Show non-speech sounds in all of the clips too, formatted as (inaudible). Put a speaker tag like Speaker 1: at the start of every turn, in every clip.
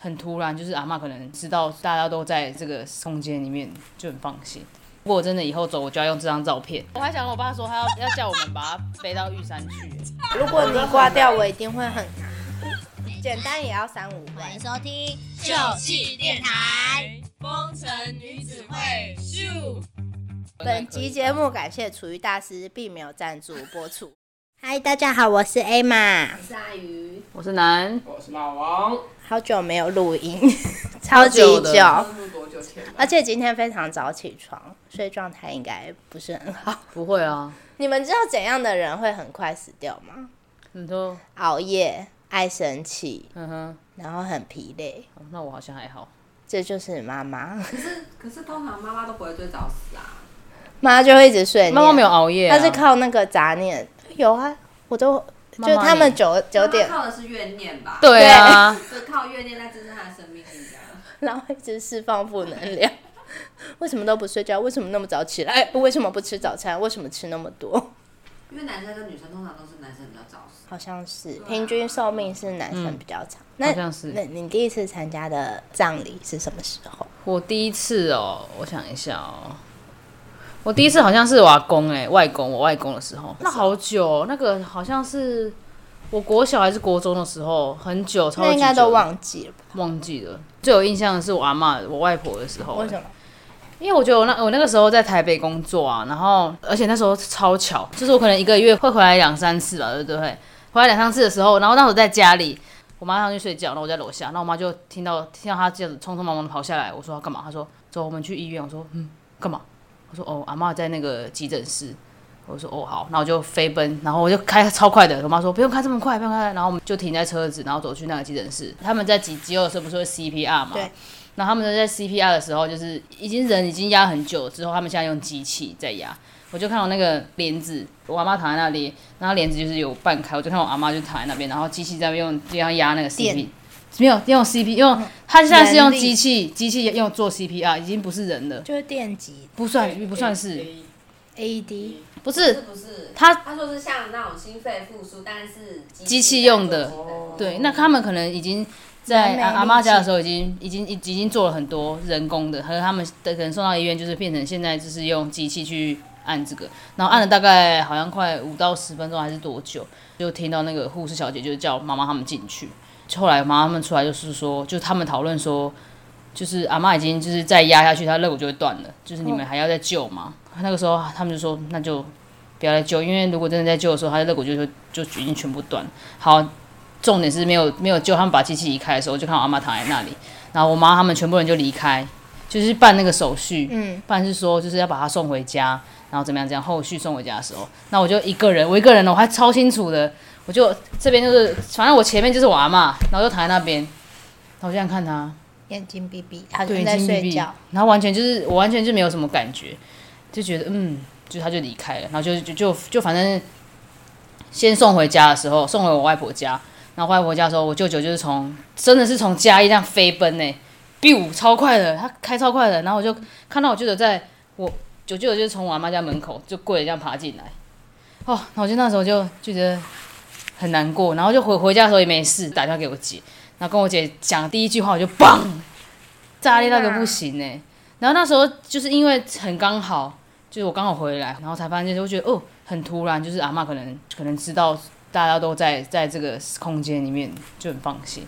Speaker 1: 很突然，就是阿嬷可能知道大家都在这个空间里面，就很放心。如果我真的以后走，我就要用这张照片。我还想跟我爸说，他要要叫我们把它背到玉山去。
Speaker 2: 如果你挂掉，我一定会很简单，也要三五
Speaker 3: 欢迎收听秀气电台风尘女子会秀。
Speaker 2: 本集节目感谢厨艺大师并没有赞助播出。嗨，大家好，我是 A 玛，
Speaker 1: 我是男，
Speaker 4: 我是老王，
Speaker 2: 好久没有录 (laughs) 音，超级
Speaker 1: 久的
Speaker 4: 是多久前？
Speaker 2: 而且今天非常早起床，所以状态应该不是很好。
Speaker 1: 不会啊，
Speaker 2: 你们知道怎样的人会很快死掉吗？
Speaker 1: 你说，
Speaker 2: 熬夜、爱生气，
Speaker 1: 嗯哼，
Speaker 2: 然后很疲累，
Speaker 1: 哦那我好像还好。
Speaker 2: 这就是妈妈。
Speaker 4: 可是通常妈妈都不会最早死啊。
Speaker 2: 妈就会一直睡念。
Speaker 1: 妈妈没有熬夜、啊，
Speaker 2: 她是靠那个杂念。有啊，我都
Speaker 1: 妈妈
Speaker 2: 就他们九九点
Speaker 4: 妈，妈靠的是怨念吧？，
Speaker 1: 对啊，
Speaker 4: 是靠怨念来支撑她的生命力的。
Speaker 2: 然后一直释放负能量。 (laughs) 为什么都不睡觉？为什么那么早起来？为什么不吃早餐？为什么吃那么多？
Speaker 4: 因为男生跟女生通常都是男生比较早死。
Speaker 2: 好像是嗯平均寿命是男生比较长。那
Speaker 1: 好像是
Speaker 2: 那你第一次参加的葬礼是什么时候？
Speaker 1: 我第一次哦，我想一下哦，我第一次好像是我阿公哎、外公，我外公的时候，那好久哦、那个好像是我国小还是国中的时候，很久，超级
Speaker 2: 那应该
Speaker 1: 久
Speaker 2: 都
Speaker 1: 的
Speaker 2: 忘记了吧？
Speaker 1: 忘记了。最有印象的是我阿嬷、我外婆的时候，
Speaker 2: 为什么？
Speaker 1: 因为我觉得我那我那个时候在台北工作啊，然后而且那时候超巧，就是我可能一个月会回来两三次吧，对不对？回来两三次的时候，然后那时候在家里，我妈上去睡觉，然后我在楼下，然后我妈就听到听到她这样子匆匆忙忙的跑下来，我说要干嘛？她说走，我们去医院。我说嗯，干嘛？我说哦，阿妈在那个急诊室。我说哦好，然后我就飞奔，然后我就开超快的。我妈说不用开这么快，不用开。然后我们就停在车子，然后走去那个急诊室。他们在急急救的时候不是会 CPR 嘛？
Speaker 2: 对。
Speaker 1: 然后他们在 CPR 的时候，就是已经人已经压很久之后，他们现在用机器在压。我就看到那个帘子，我阿妈躺在那里，然后帘子就是有半开，我就看我阿妈就躺在那边，然后机器在那边用这样压那个
Speaker 2: 电
Speaker 1: CP，没有用 CP，用它现在是用
Speaker 2: 人力
Speaker 1: 机器，机器用做 CPR，已经不是人了，
Speaker 2: 就是电极
Speaker 1: 不算不算是，
Speaker 2: AED。
Speaker 1: 不是
Speaker 4: 不是？
Speaker 1: 它
Speaker 4: 他说是像那种心肺复苏，但是
Speaker 1: 机器用的对，那他们可能已经在
Speaker 2: 人没
Speaker 1: 阿阿
Speaker 2: 力
Speaker 1: 妈家的
Speaker 2: 气
Speaker 1: 时候已经已经已已经做了很多人工的，还有他们的可能送到医院就是变成现在就是用机器去按这个，然后按了大概好像快五到十分钟还是多久，就听到那个护士小姐就叫妈妈他们进去，后来妈妈他们出来就是说，就他们讨论说。就是阿妈已经就是再压下去，她肋骨就会断了。就是你们还要再救吗？那个时候他们就说，那就不要再救，因为如果真的在救的时候，她的肋骨就就就已经全部断了。好，重点是没有没有救，他们把机器移开的时候，我就看我阿妈躺在那里，然后我妈他们全部人就离开，就是办那个手续，
Speaker 2: 嗯，
Speaker 1: 办是说就是要把她送回家，然后怎么样怎样，后续送回家的时候，那我就一个人，我一个人哦呢，我还超清楚的，我就这边就是，反正我前面就是我阿妈，然后就躺在那边，然后我就这样看她，
Speaker 2: 眼睛闭闭，好
Speaker 1: 对，
Speaker 2: 像在
Speaker 1: 已经
Speaker 2: 睡
Speaker 1: 闭
Speaker 2: 觉。
Speaker 1: 然后完全就是我完全就没有什么感觉，就觉得嗯，就他就离开了，然后就就就就反正先送回家的时候，送回我外婆家，然后外婆家的时候，我舅舅就是从真的是从嘉义这样飞奔呢、biu 超快的，他开超快的，然后我就看到我舅舅在我舅舅就是从我阿妈家门口就跪着这样爬进来，哦，然后我就那时候就就觉得很难过，然后就回回家的时候也没事，打电话给我姐，然后跟我姐讲第一句话，我就砰，炸裂到个不行呢、然后那时候就是因为很刚好，就是我刚好回来，然后才发现，就觉得哦，很突然，就是阿嬷可能可能知道大家都在在这个空间里面，就很放心。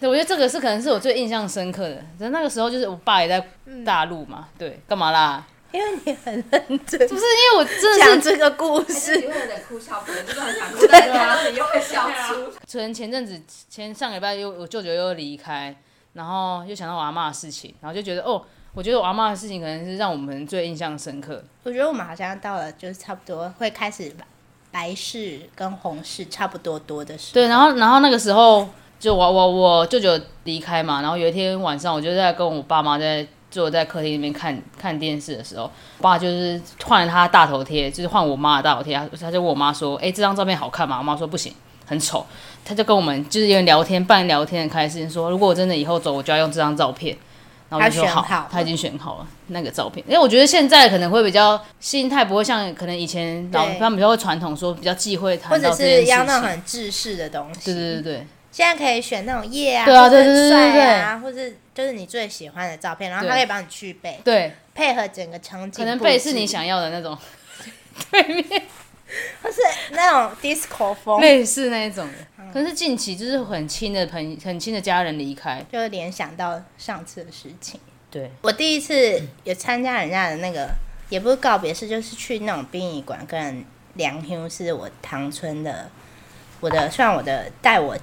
Speaker 1: 对，我觉得这个是可能是我最印象深刻的。在那个时候，就是我爸也在大陆嘛，对，干嘛啦？
Speaker 2: 因为你很认
Speaker 1: (laughs)
Speaker 2: 真
Speaker 1: 不是因为我真的是
Speaker 2: 讲这个故
Speaker 4: 是
Speaker 2: 事，
Speaker 4: 你会有点哭笑不得，就是很
Speaker 1: (laughs)
Speaker 4: 想哭，但是看到你又会笑出。
Speaker 1: 可能前阵子前上礼拜又我舅舅又离开，然后又想到我阿嬷的事情，然后就觉得哦，我觉得我阿嬷的事情可能是让我们最印象深刻。
Speaker 2: 我觉得我们好像到了就是差不多会开始白白事跟红事差不多多的时候。
Speaker 1: 对，然后然后那个时候就我我我舅舅离开嘛，然后有一天晚上我就在跟我爸妈在坐在客厅里面看看电视的时候，我爸就是换了他的大头贴，就是换我妈的大头贴，他他就问我妈说：“哎、这张照片好看吗？”我妈说：“不行，很丑。”他就跟我们就是有点聊天，半聊天的开始说：“如果我真的以后走，我就要用这张照片。”然后我就说
Speaker 2: 他选
Speaker 1: 好，
Speaker 2: 好
Speaker 1: 他已经选好了那个照片，因为我觉得现在可能会比较心态不会像可能以前老
Speaker 2: 对
Speaker 1: 他们比较会传统说比较忌讳谈
Speaker 2: 或
Speaker 1: 到
Speaker 2: 者
Speaker 1: 这件
Speaker 2: 是
Speaker 1: 事情
Speaker 2: 要那种很制式的东西，
Speaker 1: 对对对对，
Speaker 2: 现在可以选那种夜啊，
Speaker 1: 对啊
Speaker 2: 或者
Speaker 1: 对对对
Speaker 2: 很帅
Speaker 1: 对
Speaker 2: 啊，或是就是你最喜欢的照片，然后
Speaker 1: 对
Speaker 2: 他可以帮你去背，
Speaker 1: 对，
Speaker 2: 配合整个场景。
Speaker 1: 可能背是你，想要的那种，
Speaker 2: 或是那种 disco 风，
Speaker 1: 类似那一种的。可是近期就是很亲的朋友很亲的家人离开，
Speaker 2: 就联想到上次的事情。
Speaker 1: 对，
Speaker 2: 我第一次有参加人家的那个，也不是告别式，就是去那种殡仪馆跟人梁兄是我堂村的，我的算我的带我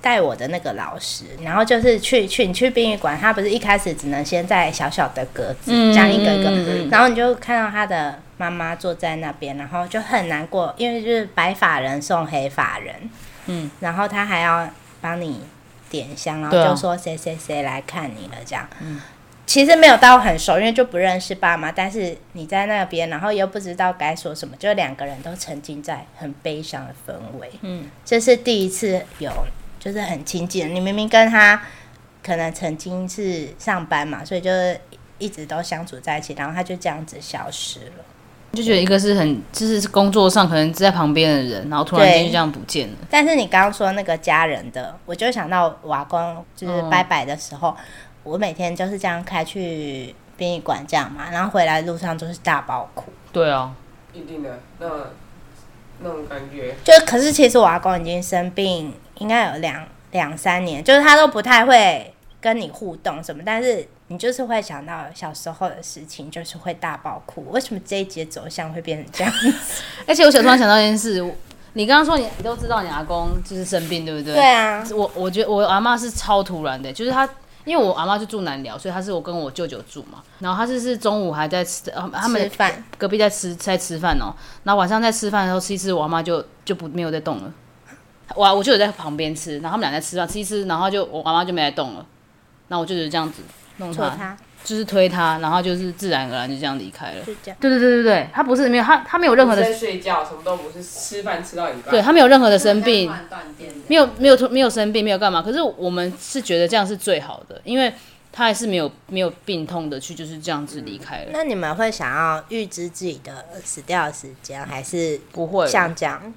Speaker 2: 带我的那个老师，然后就是去去你去殡仪馆，他不是一开始只能先在小小的格子、
Speaker 1: 嗯
Speaker 2: 这样一个一个，
Speaker 1: 嗯嗯
Speaker 2: 然后你就看到他的妈妈坐在那边，然后就很难过，因为就是白发人送黑发人，
Speaker 1: 嗯，
Speaker 2: 然后他还要帮你点香，然后
Speaker 1: 对啊嗯
Speaker 2: 就说谁谁谁来看你了这样。其实没有到很熟，因为就不认识爸妈，但是你在那边，然后又不知道该说什么，就两个人都沉浸在很悲伤的氛围。
Speaker 1: 嗯，
Speaker 2: 这是第一次有，就是很亲近的。你明明跟他可能曾经是上班嘛，所以就是一直都相处在一起，然后他就这样子消失了。
Speaker 1: 就觉得一个是很就是工作上可能在旁边的人，然后突然间就这样不见了。
Speaker 2: 但是你刚刚说那个家人的，我就想到瓦工就是
Speaker 1: 嗯
Speaker 2: 拜拜的时候，我每天就是这样开去殡仪馆这样嘛，然后回来路上就是大爆哭。
Speaker 1: 对啊，
Speaker 5: 一定的，那那种感觉，
Speaker 2: 就可是其实我阿公已经生病，应该有两两三年，就是他都不太会跟你互动什么，但是你就是会想到小时候的事情，就是会大爆哭。为什么这一节走向会变成这样？
Speaker 1: 而且我想突然想到一件事，我你刚刚说你你都知道你阿公就是生病，对不对？
Speaker 2: 对啊，
Speaker 1: 我我觉得我阿妈是超突然的，就是她，因为我阿妈就住南寮，所以她是我跟我舅舅住嘛，然后她就是中午还在吃，呃他
Speaker 2: 吃
Speaker 1: 们
Speaker 2: 饭
Speaker 1: 隔壁在吃在吃饭哦、然后晚上在吃饭的时候吃一吃，我阿妈就就不没有在动了，我我舅舅在旁边吃，然后他们俩在吃饭吃一吃，然后就我阿妈就没来动了，然后我舅舅这样子弄
Speaker 2: 戳
Speaker 1: 她，
Speaker 2: 他
Speaker 1: 就是推她，然后就是自然而然就这样离开了。
Speaker 2: 就这样。
Speaker 1: 对对对对对，他不是没有他他没有任何的
Speaker 5: 在，睡觉什么都不是，吃饭吃到一半，
Speaker 1: 对，他没有任何的生病，
Speaker 5: 断电
Speaker 1: 没有没有突没有生病，没有干嘛。可是我们是觉得这样是最好的，因为他还是没有没有病痛的去就是这样子离开了，
Speaker 2: 那你们会想要预知自己的死掉的时间，还是
Speaker 1: 不会
Speaker 2: 像这样？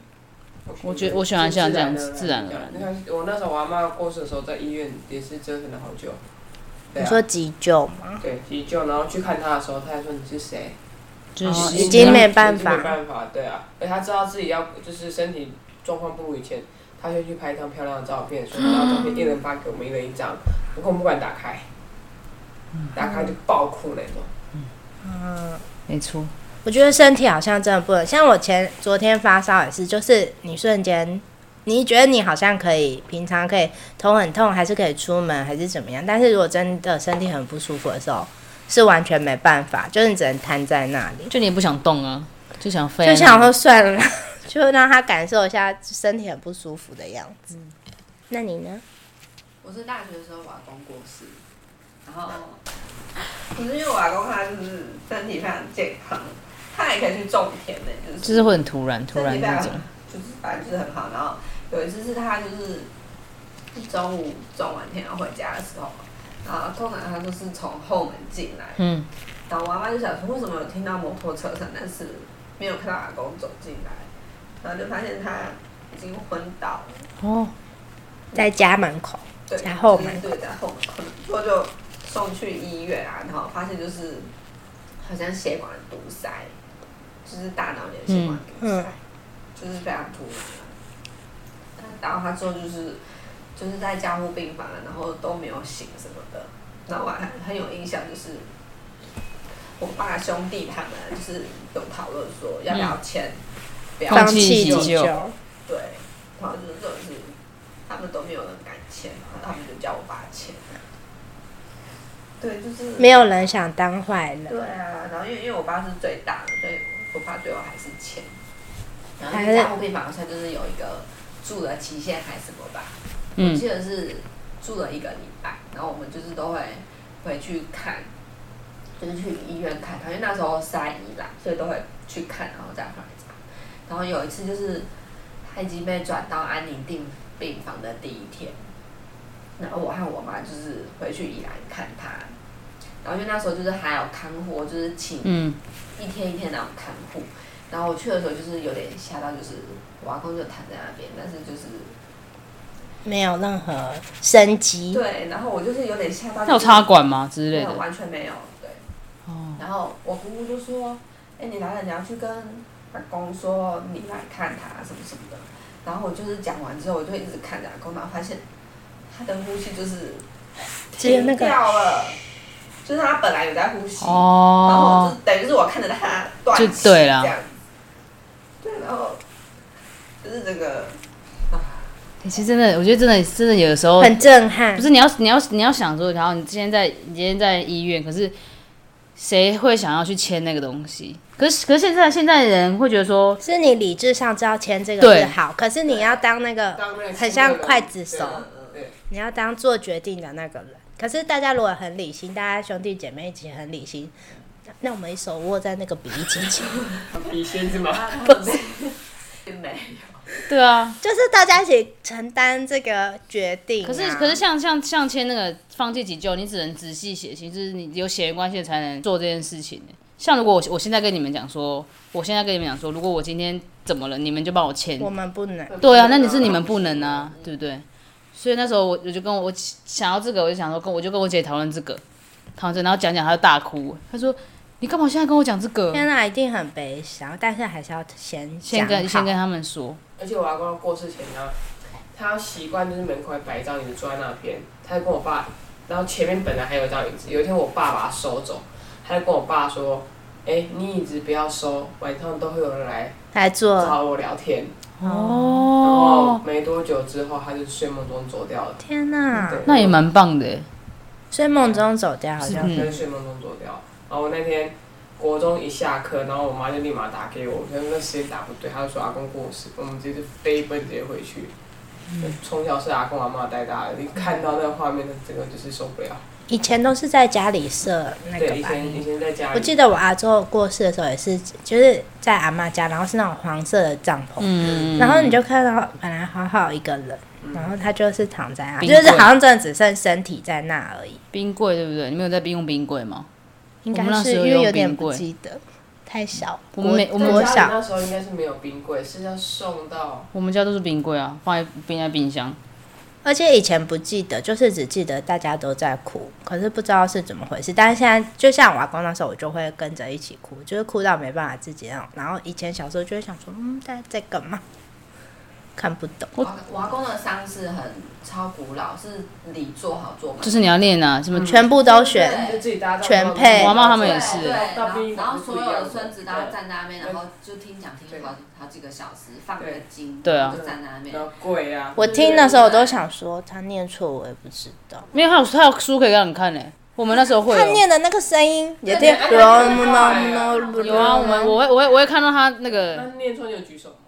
Speaker 1: 我觉得我喜欢像这样子自然而然
Speaker 5: 你看我那时候我阿妈过世的时候，在医院也是折腾了好久。对
Speaker 2: 你
Speaker 5: 啊
Speaker 2: 说急救吗？
Speaker 5: 对急救，然后去看他的时候，他还说你是谁？
Speaker 1: 就
Speaker 2: 哦
Speaker 1: 是
Speaker 2: 已经没办
Speaker 5: 已
Speaker 2: 法
Speaker 5: 经没办法，对啊。而他知道自己要就是身体状况不如以前，他就去拍一张漂亮的照片，说那张照片一人发给我们一人一张，不过我们不敢打开，
Speaker 1: 嗯
Speaker 5: 打开就爆哭那种。
Speaker 1: 没错，
Speaker 2: 我觉得身体好像真的不能，像我前昨天发烧也是，就是你瞬间，你觉得你好像可以，平常可以头很痛，还是可以出门，还是怎么样？但是如果真的身体很不舒服的时候，是完全没办法，就是你只能瘫在那里，
Speaker 1: 就你也不想动啊，就想飞，
Speaker 2: 就想说算了，就让他感受一下身体很不舒服的样子。那你呢？
Speaker 4: 我是大学的时候我阿公过世，然后可是因为我阿公他就是身体非常健康，他还可以去种田呢、就是
Speaker 1: 就是会很突然突
Speaker 4: 身
Speaker 1: 然
Speaker 4: 体非常
Speaker 1: 那种，
Speaker 4: 就是反正就是很好。然后有一次是他就是中午种完田要回家的时候，然后通常他就是从后门进来，
Speaker 1: 嗯，
Speaker 4: 然后我妈妈就想说为什么有听到摩托车声，但是没有看到阿公走进来，然后就发现他已经昏倒了。
Speaker 1: 哦，
Speaker 2: 在家门口，
Speaker 4: 对，
Speaker 2: 在后嗯门
Speaker 4: 对，在后门口，然后就送去医院啊，然后发现就是好像血管堵塞，就是大脑里的血管堵塞，
Speaker 2: 嗯
Speaker 4: 就是非常突然啊。但然后他之后就是就是在加护病房啊，然后都没有醒什么的。然后我还很有印象，就是我爸兄弟他们就是有讨论说要不要签，不要
Speaker 1: 放
Speaker 2: 放
Speaker 1: 弃急
Speaker 2: 弃急
Speaker 1: 救
Speaker 2: 救，
Speaker 4: 对，然后就是这种事，他们都没有人敢签，然后他们就叫我爸签。对，就是
Speaker 2: 没。有人想当坏人，
Speaker 4: 对啊，然后因为因为我爸是最大的，所以我爸最后还是签。然后
Speaker 2: 还
Speaker 4: 因
Speaker 2: 是
Speaker 4: 为加护病房好像就是有一个住的期限还是什么吧，我
Speaker 1: 嗯
Speaker 4: 记得是住了一个礼拜，然后我们就是都会回去看，就是去医院看他，因为那时候塞医啦，所以都会去看，然后再回家。然后有一次就是他已经被转到安宁病病房的第一天，然后我和我妈就是回去宜兰看他，然后因为那时候就是还有看护，就是请
Speaker 1: 嗯，
Speaker 4: 一天一天那种看护。然后我去的时候就是有点吓到，就是我阿公就躺在那边，但是就是
Speaker 2: 没有任何生机。
Speaker 4: 对，然后我就是有点吓到。
Speaker 1: 那有插管吗之
Speaker 4: 没
Speaker 1: 类
Speaker 4: 有，
Speaker 1: 的？哦
Speaker 4: 完全没有。对。然后我姑姑就说：“哎、你来了，你要去跟阿公说你来看他什么什么的。”然后我就是讲完之后，我就一直看着阿公，然后发现他的呼吸就是
Speaker 2: 只有那
Speaker 4: 停
Speaker 2: 个
Speaker 4: 掉了，就是他本来有在呼吸，然后我
Speaker 1: 哦
Speaker 4: 就，等于是我看着他断
Speaker 1: 就
Speaker 4: 气
Speaker 1: 对啦
Speaker 4: 这样。对，然后就是这个
Speaker 1: 欸其实真的，我觉得真的真的有的时候
Speaker 2: 很震撼
Speaker 1: 不，是你要你要你要想说，然后你今天在你今天在医院，可是谁会想要去签那个东西？可是可是现在现在人会觉得说，
Speaker 2: 是你理智上知道签这个
Speaker 1: 对
Speaker 2: 是好，可是你要当那个
Speaker 5: 当那个
Speaker 2: 很像刽子
Speaker 5: 对啊
Speaker 2: 手，
Speaker 5: 对，
Speaker 2: 你要当做决定的那个人。可是大家如果很理性，大家兄弟姐妹一起很理性，那那我们一手握在那个比翼尖
Speaker 1: (laughs)
Speaker 2: 前，
Speaker 5: 笔仙子嘛，
Speaker 4: (laughs) 没
Speaker 1: 对啊，
Speaker 2: 就是大家一起承担这个决定啊、
Speaker 1: 可是可是像像像签那个放弃急救，你只能仔细写清，就是你有血缘关系的才能做这件事情。像如果我我现在跟你们讲说，我现在跟你们讲说，如果我今天怎么了，你们就帮我签。
Speaker 2: 我们不能，
Speaker 1: 对啊，那你是你们不能啊，对不对？所以那时候我我就跟我我想要这个，我就想说跟我就跟我姐讨论这个，讨论这个然后讲讲，她就大哭，她说你干嘛现在跟我讲这个？
Speaker 2: 天哪，一定很悲伤，但是还是要先
Speaker 1: 先跟
Speaker 2: 讲
Speaker 1: 先
Speaker 2: 好
Speaker 1: 跟他们说，
Speaker 5: 而且我阿公过世前呢，他习惯就是门口会摆一张椅子坐在那边，他就跟我爸，然后前面本来还有一张椅子，有一天我爸把它收走，他就跟我爸说：“哎、你椅子不要收，晚上都会有人来
Speaker 2: 来做。
Speaker 5: 找我聊天。”然后
Speaker 1: 哦，
Speaker 5: 没多久之后，他就睡梦中走掉了。
Speaker 2: 天哪，
Speaker 5: 对
Speaker 1: 那也蛮棒的耶，
Speaker 2: 睡梦中走掉，好像
Speaker 1: 嗯
Speaker 5: 啊跟睡梦中走掉。然后我那天国中一下课，然后我妈就立马打给我，可是那时间打不对，她就说阿公过世，我们直接就飞奔直接回去。
Speaker 1: 嗯
Speaker 5: 从小是阿公阿妈带大的，你看到那个画面，整个就是受不了。
Speaker 2: 以前都是在家里设那
Speaker 5: 对，
Speaker 2: 个
Speaker 5: 以
Speaker 2: 吧。
Speaker 5: 前以前在家里，
Speaker 2: 我记得我阿周过世的时候也是，就是在阿妈家，然后是那种黄色的帐篷，
Speaker 1: 嗯，
Speaker 2: 然后你就看到本来好好一个人，然后他就是躺在那，
Speaker 1: 冰
Speaker 2: 就是
Speaker 1: 柜
Speaker 2: 好像真的只剩身体在那而已，
Speaker 1: 冰柜对不对？你们有在冰用冰柜吗？
Speaker 2: 应
Speaker 1: 我
Speaker 2: 该
Speaker 1: 们那
Speaker 2: 是
Speaker 1: 时
Speaker 2: 因
Speaker 1: 候
Speaker 2: 为
Speaker 1: 用
Speaker 2: 有点
Speaker 1: 冰
Speaker 2: 不
Speaker 1: 柜
Speaker 2: 记得，太小，
Speaker 1: 我们没我们
Speaker 5: 在
Speaker 2: 我
Speaker 5: 家里
Speaker 2: 小
Speaker 5: 那时候应该是没有冰柜，是要送到
Speaker 1: 我们家都是冰柜啊，放在冰在冰箱。
Speaker 2: 而且以前不记得，就是只记得大家都在哭，可是不知道是怎么回事。但是现在，就像我阿公那时候，我就会跟着一起哭，就是哭到没办法自己那种。然后以前小时候就会想说，嗯，大家在干嘛？看不懂，
Speaker 4: 我我阿公的伤是很超古老，是礼做好做满，
Speaker 1: 就是你要练啊，什么
Speaker 2: 全部都选。
Speaker 4: 对
Speaker 5: 就自己搭帐篷
Speaker 2: 全配
Speaker 1: 我阿嬷他们
Speaker 4: 对
Speaker 1: 也是
Speaker 4: 对，然后然后所有的孙子都要站在那边，
Speaker 5: 对
Speaker 4: 然后就听讲听好好几个小时，放个经，
Speaker 1: 对啊
Speaker 4: 然后就站在那边
Speaker 5: 然。后柜啊，
Speaker 2: 我听的时候，我都想说他念错，我也不知道。
Speaker 1: 没有，他有他有书可以让你看呢、我们那时候会哦
Speaker 2: 他
Speaker 1: 有
Speaker 2: 念的那个声音也听
Speaker 5: 对对
Speaker 1: 有啊，我们我会我会我会看到他那
Speaker 5: 那
Speaker 2: 嗯
Speaker 1: 个，
Speaker 5: 念错就举手嘛。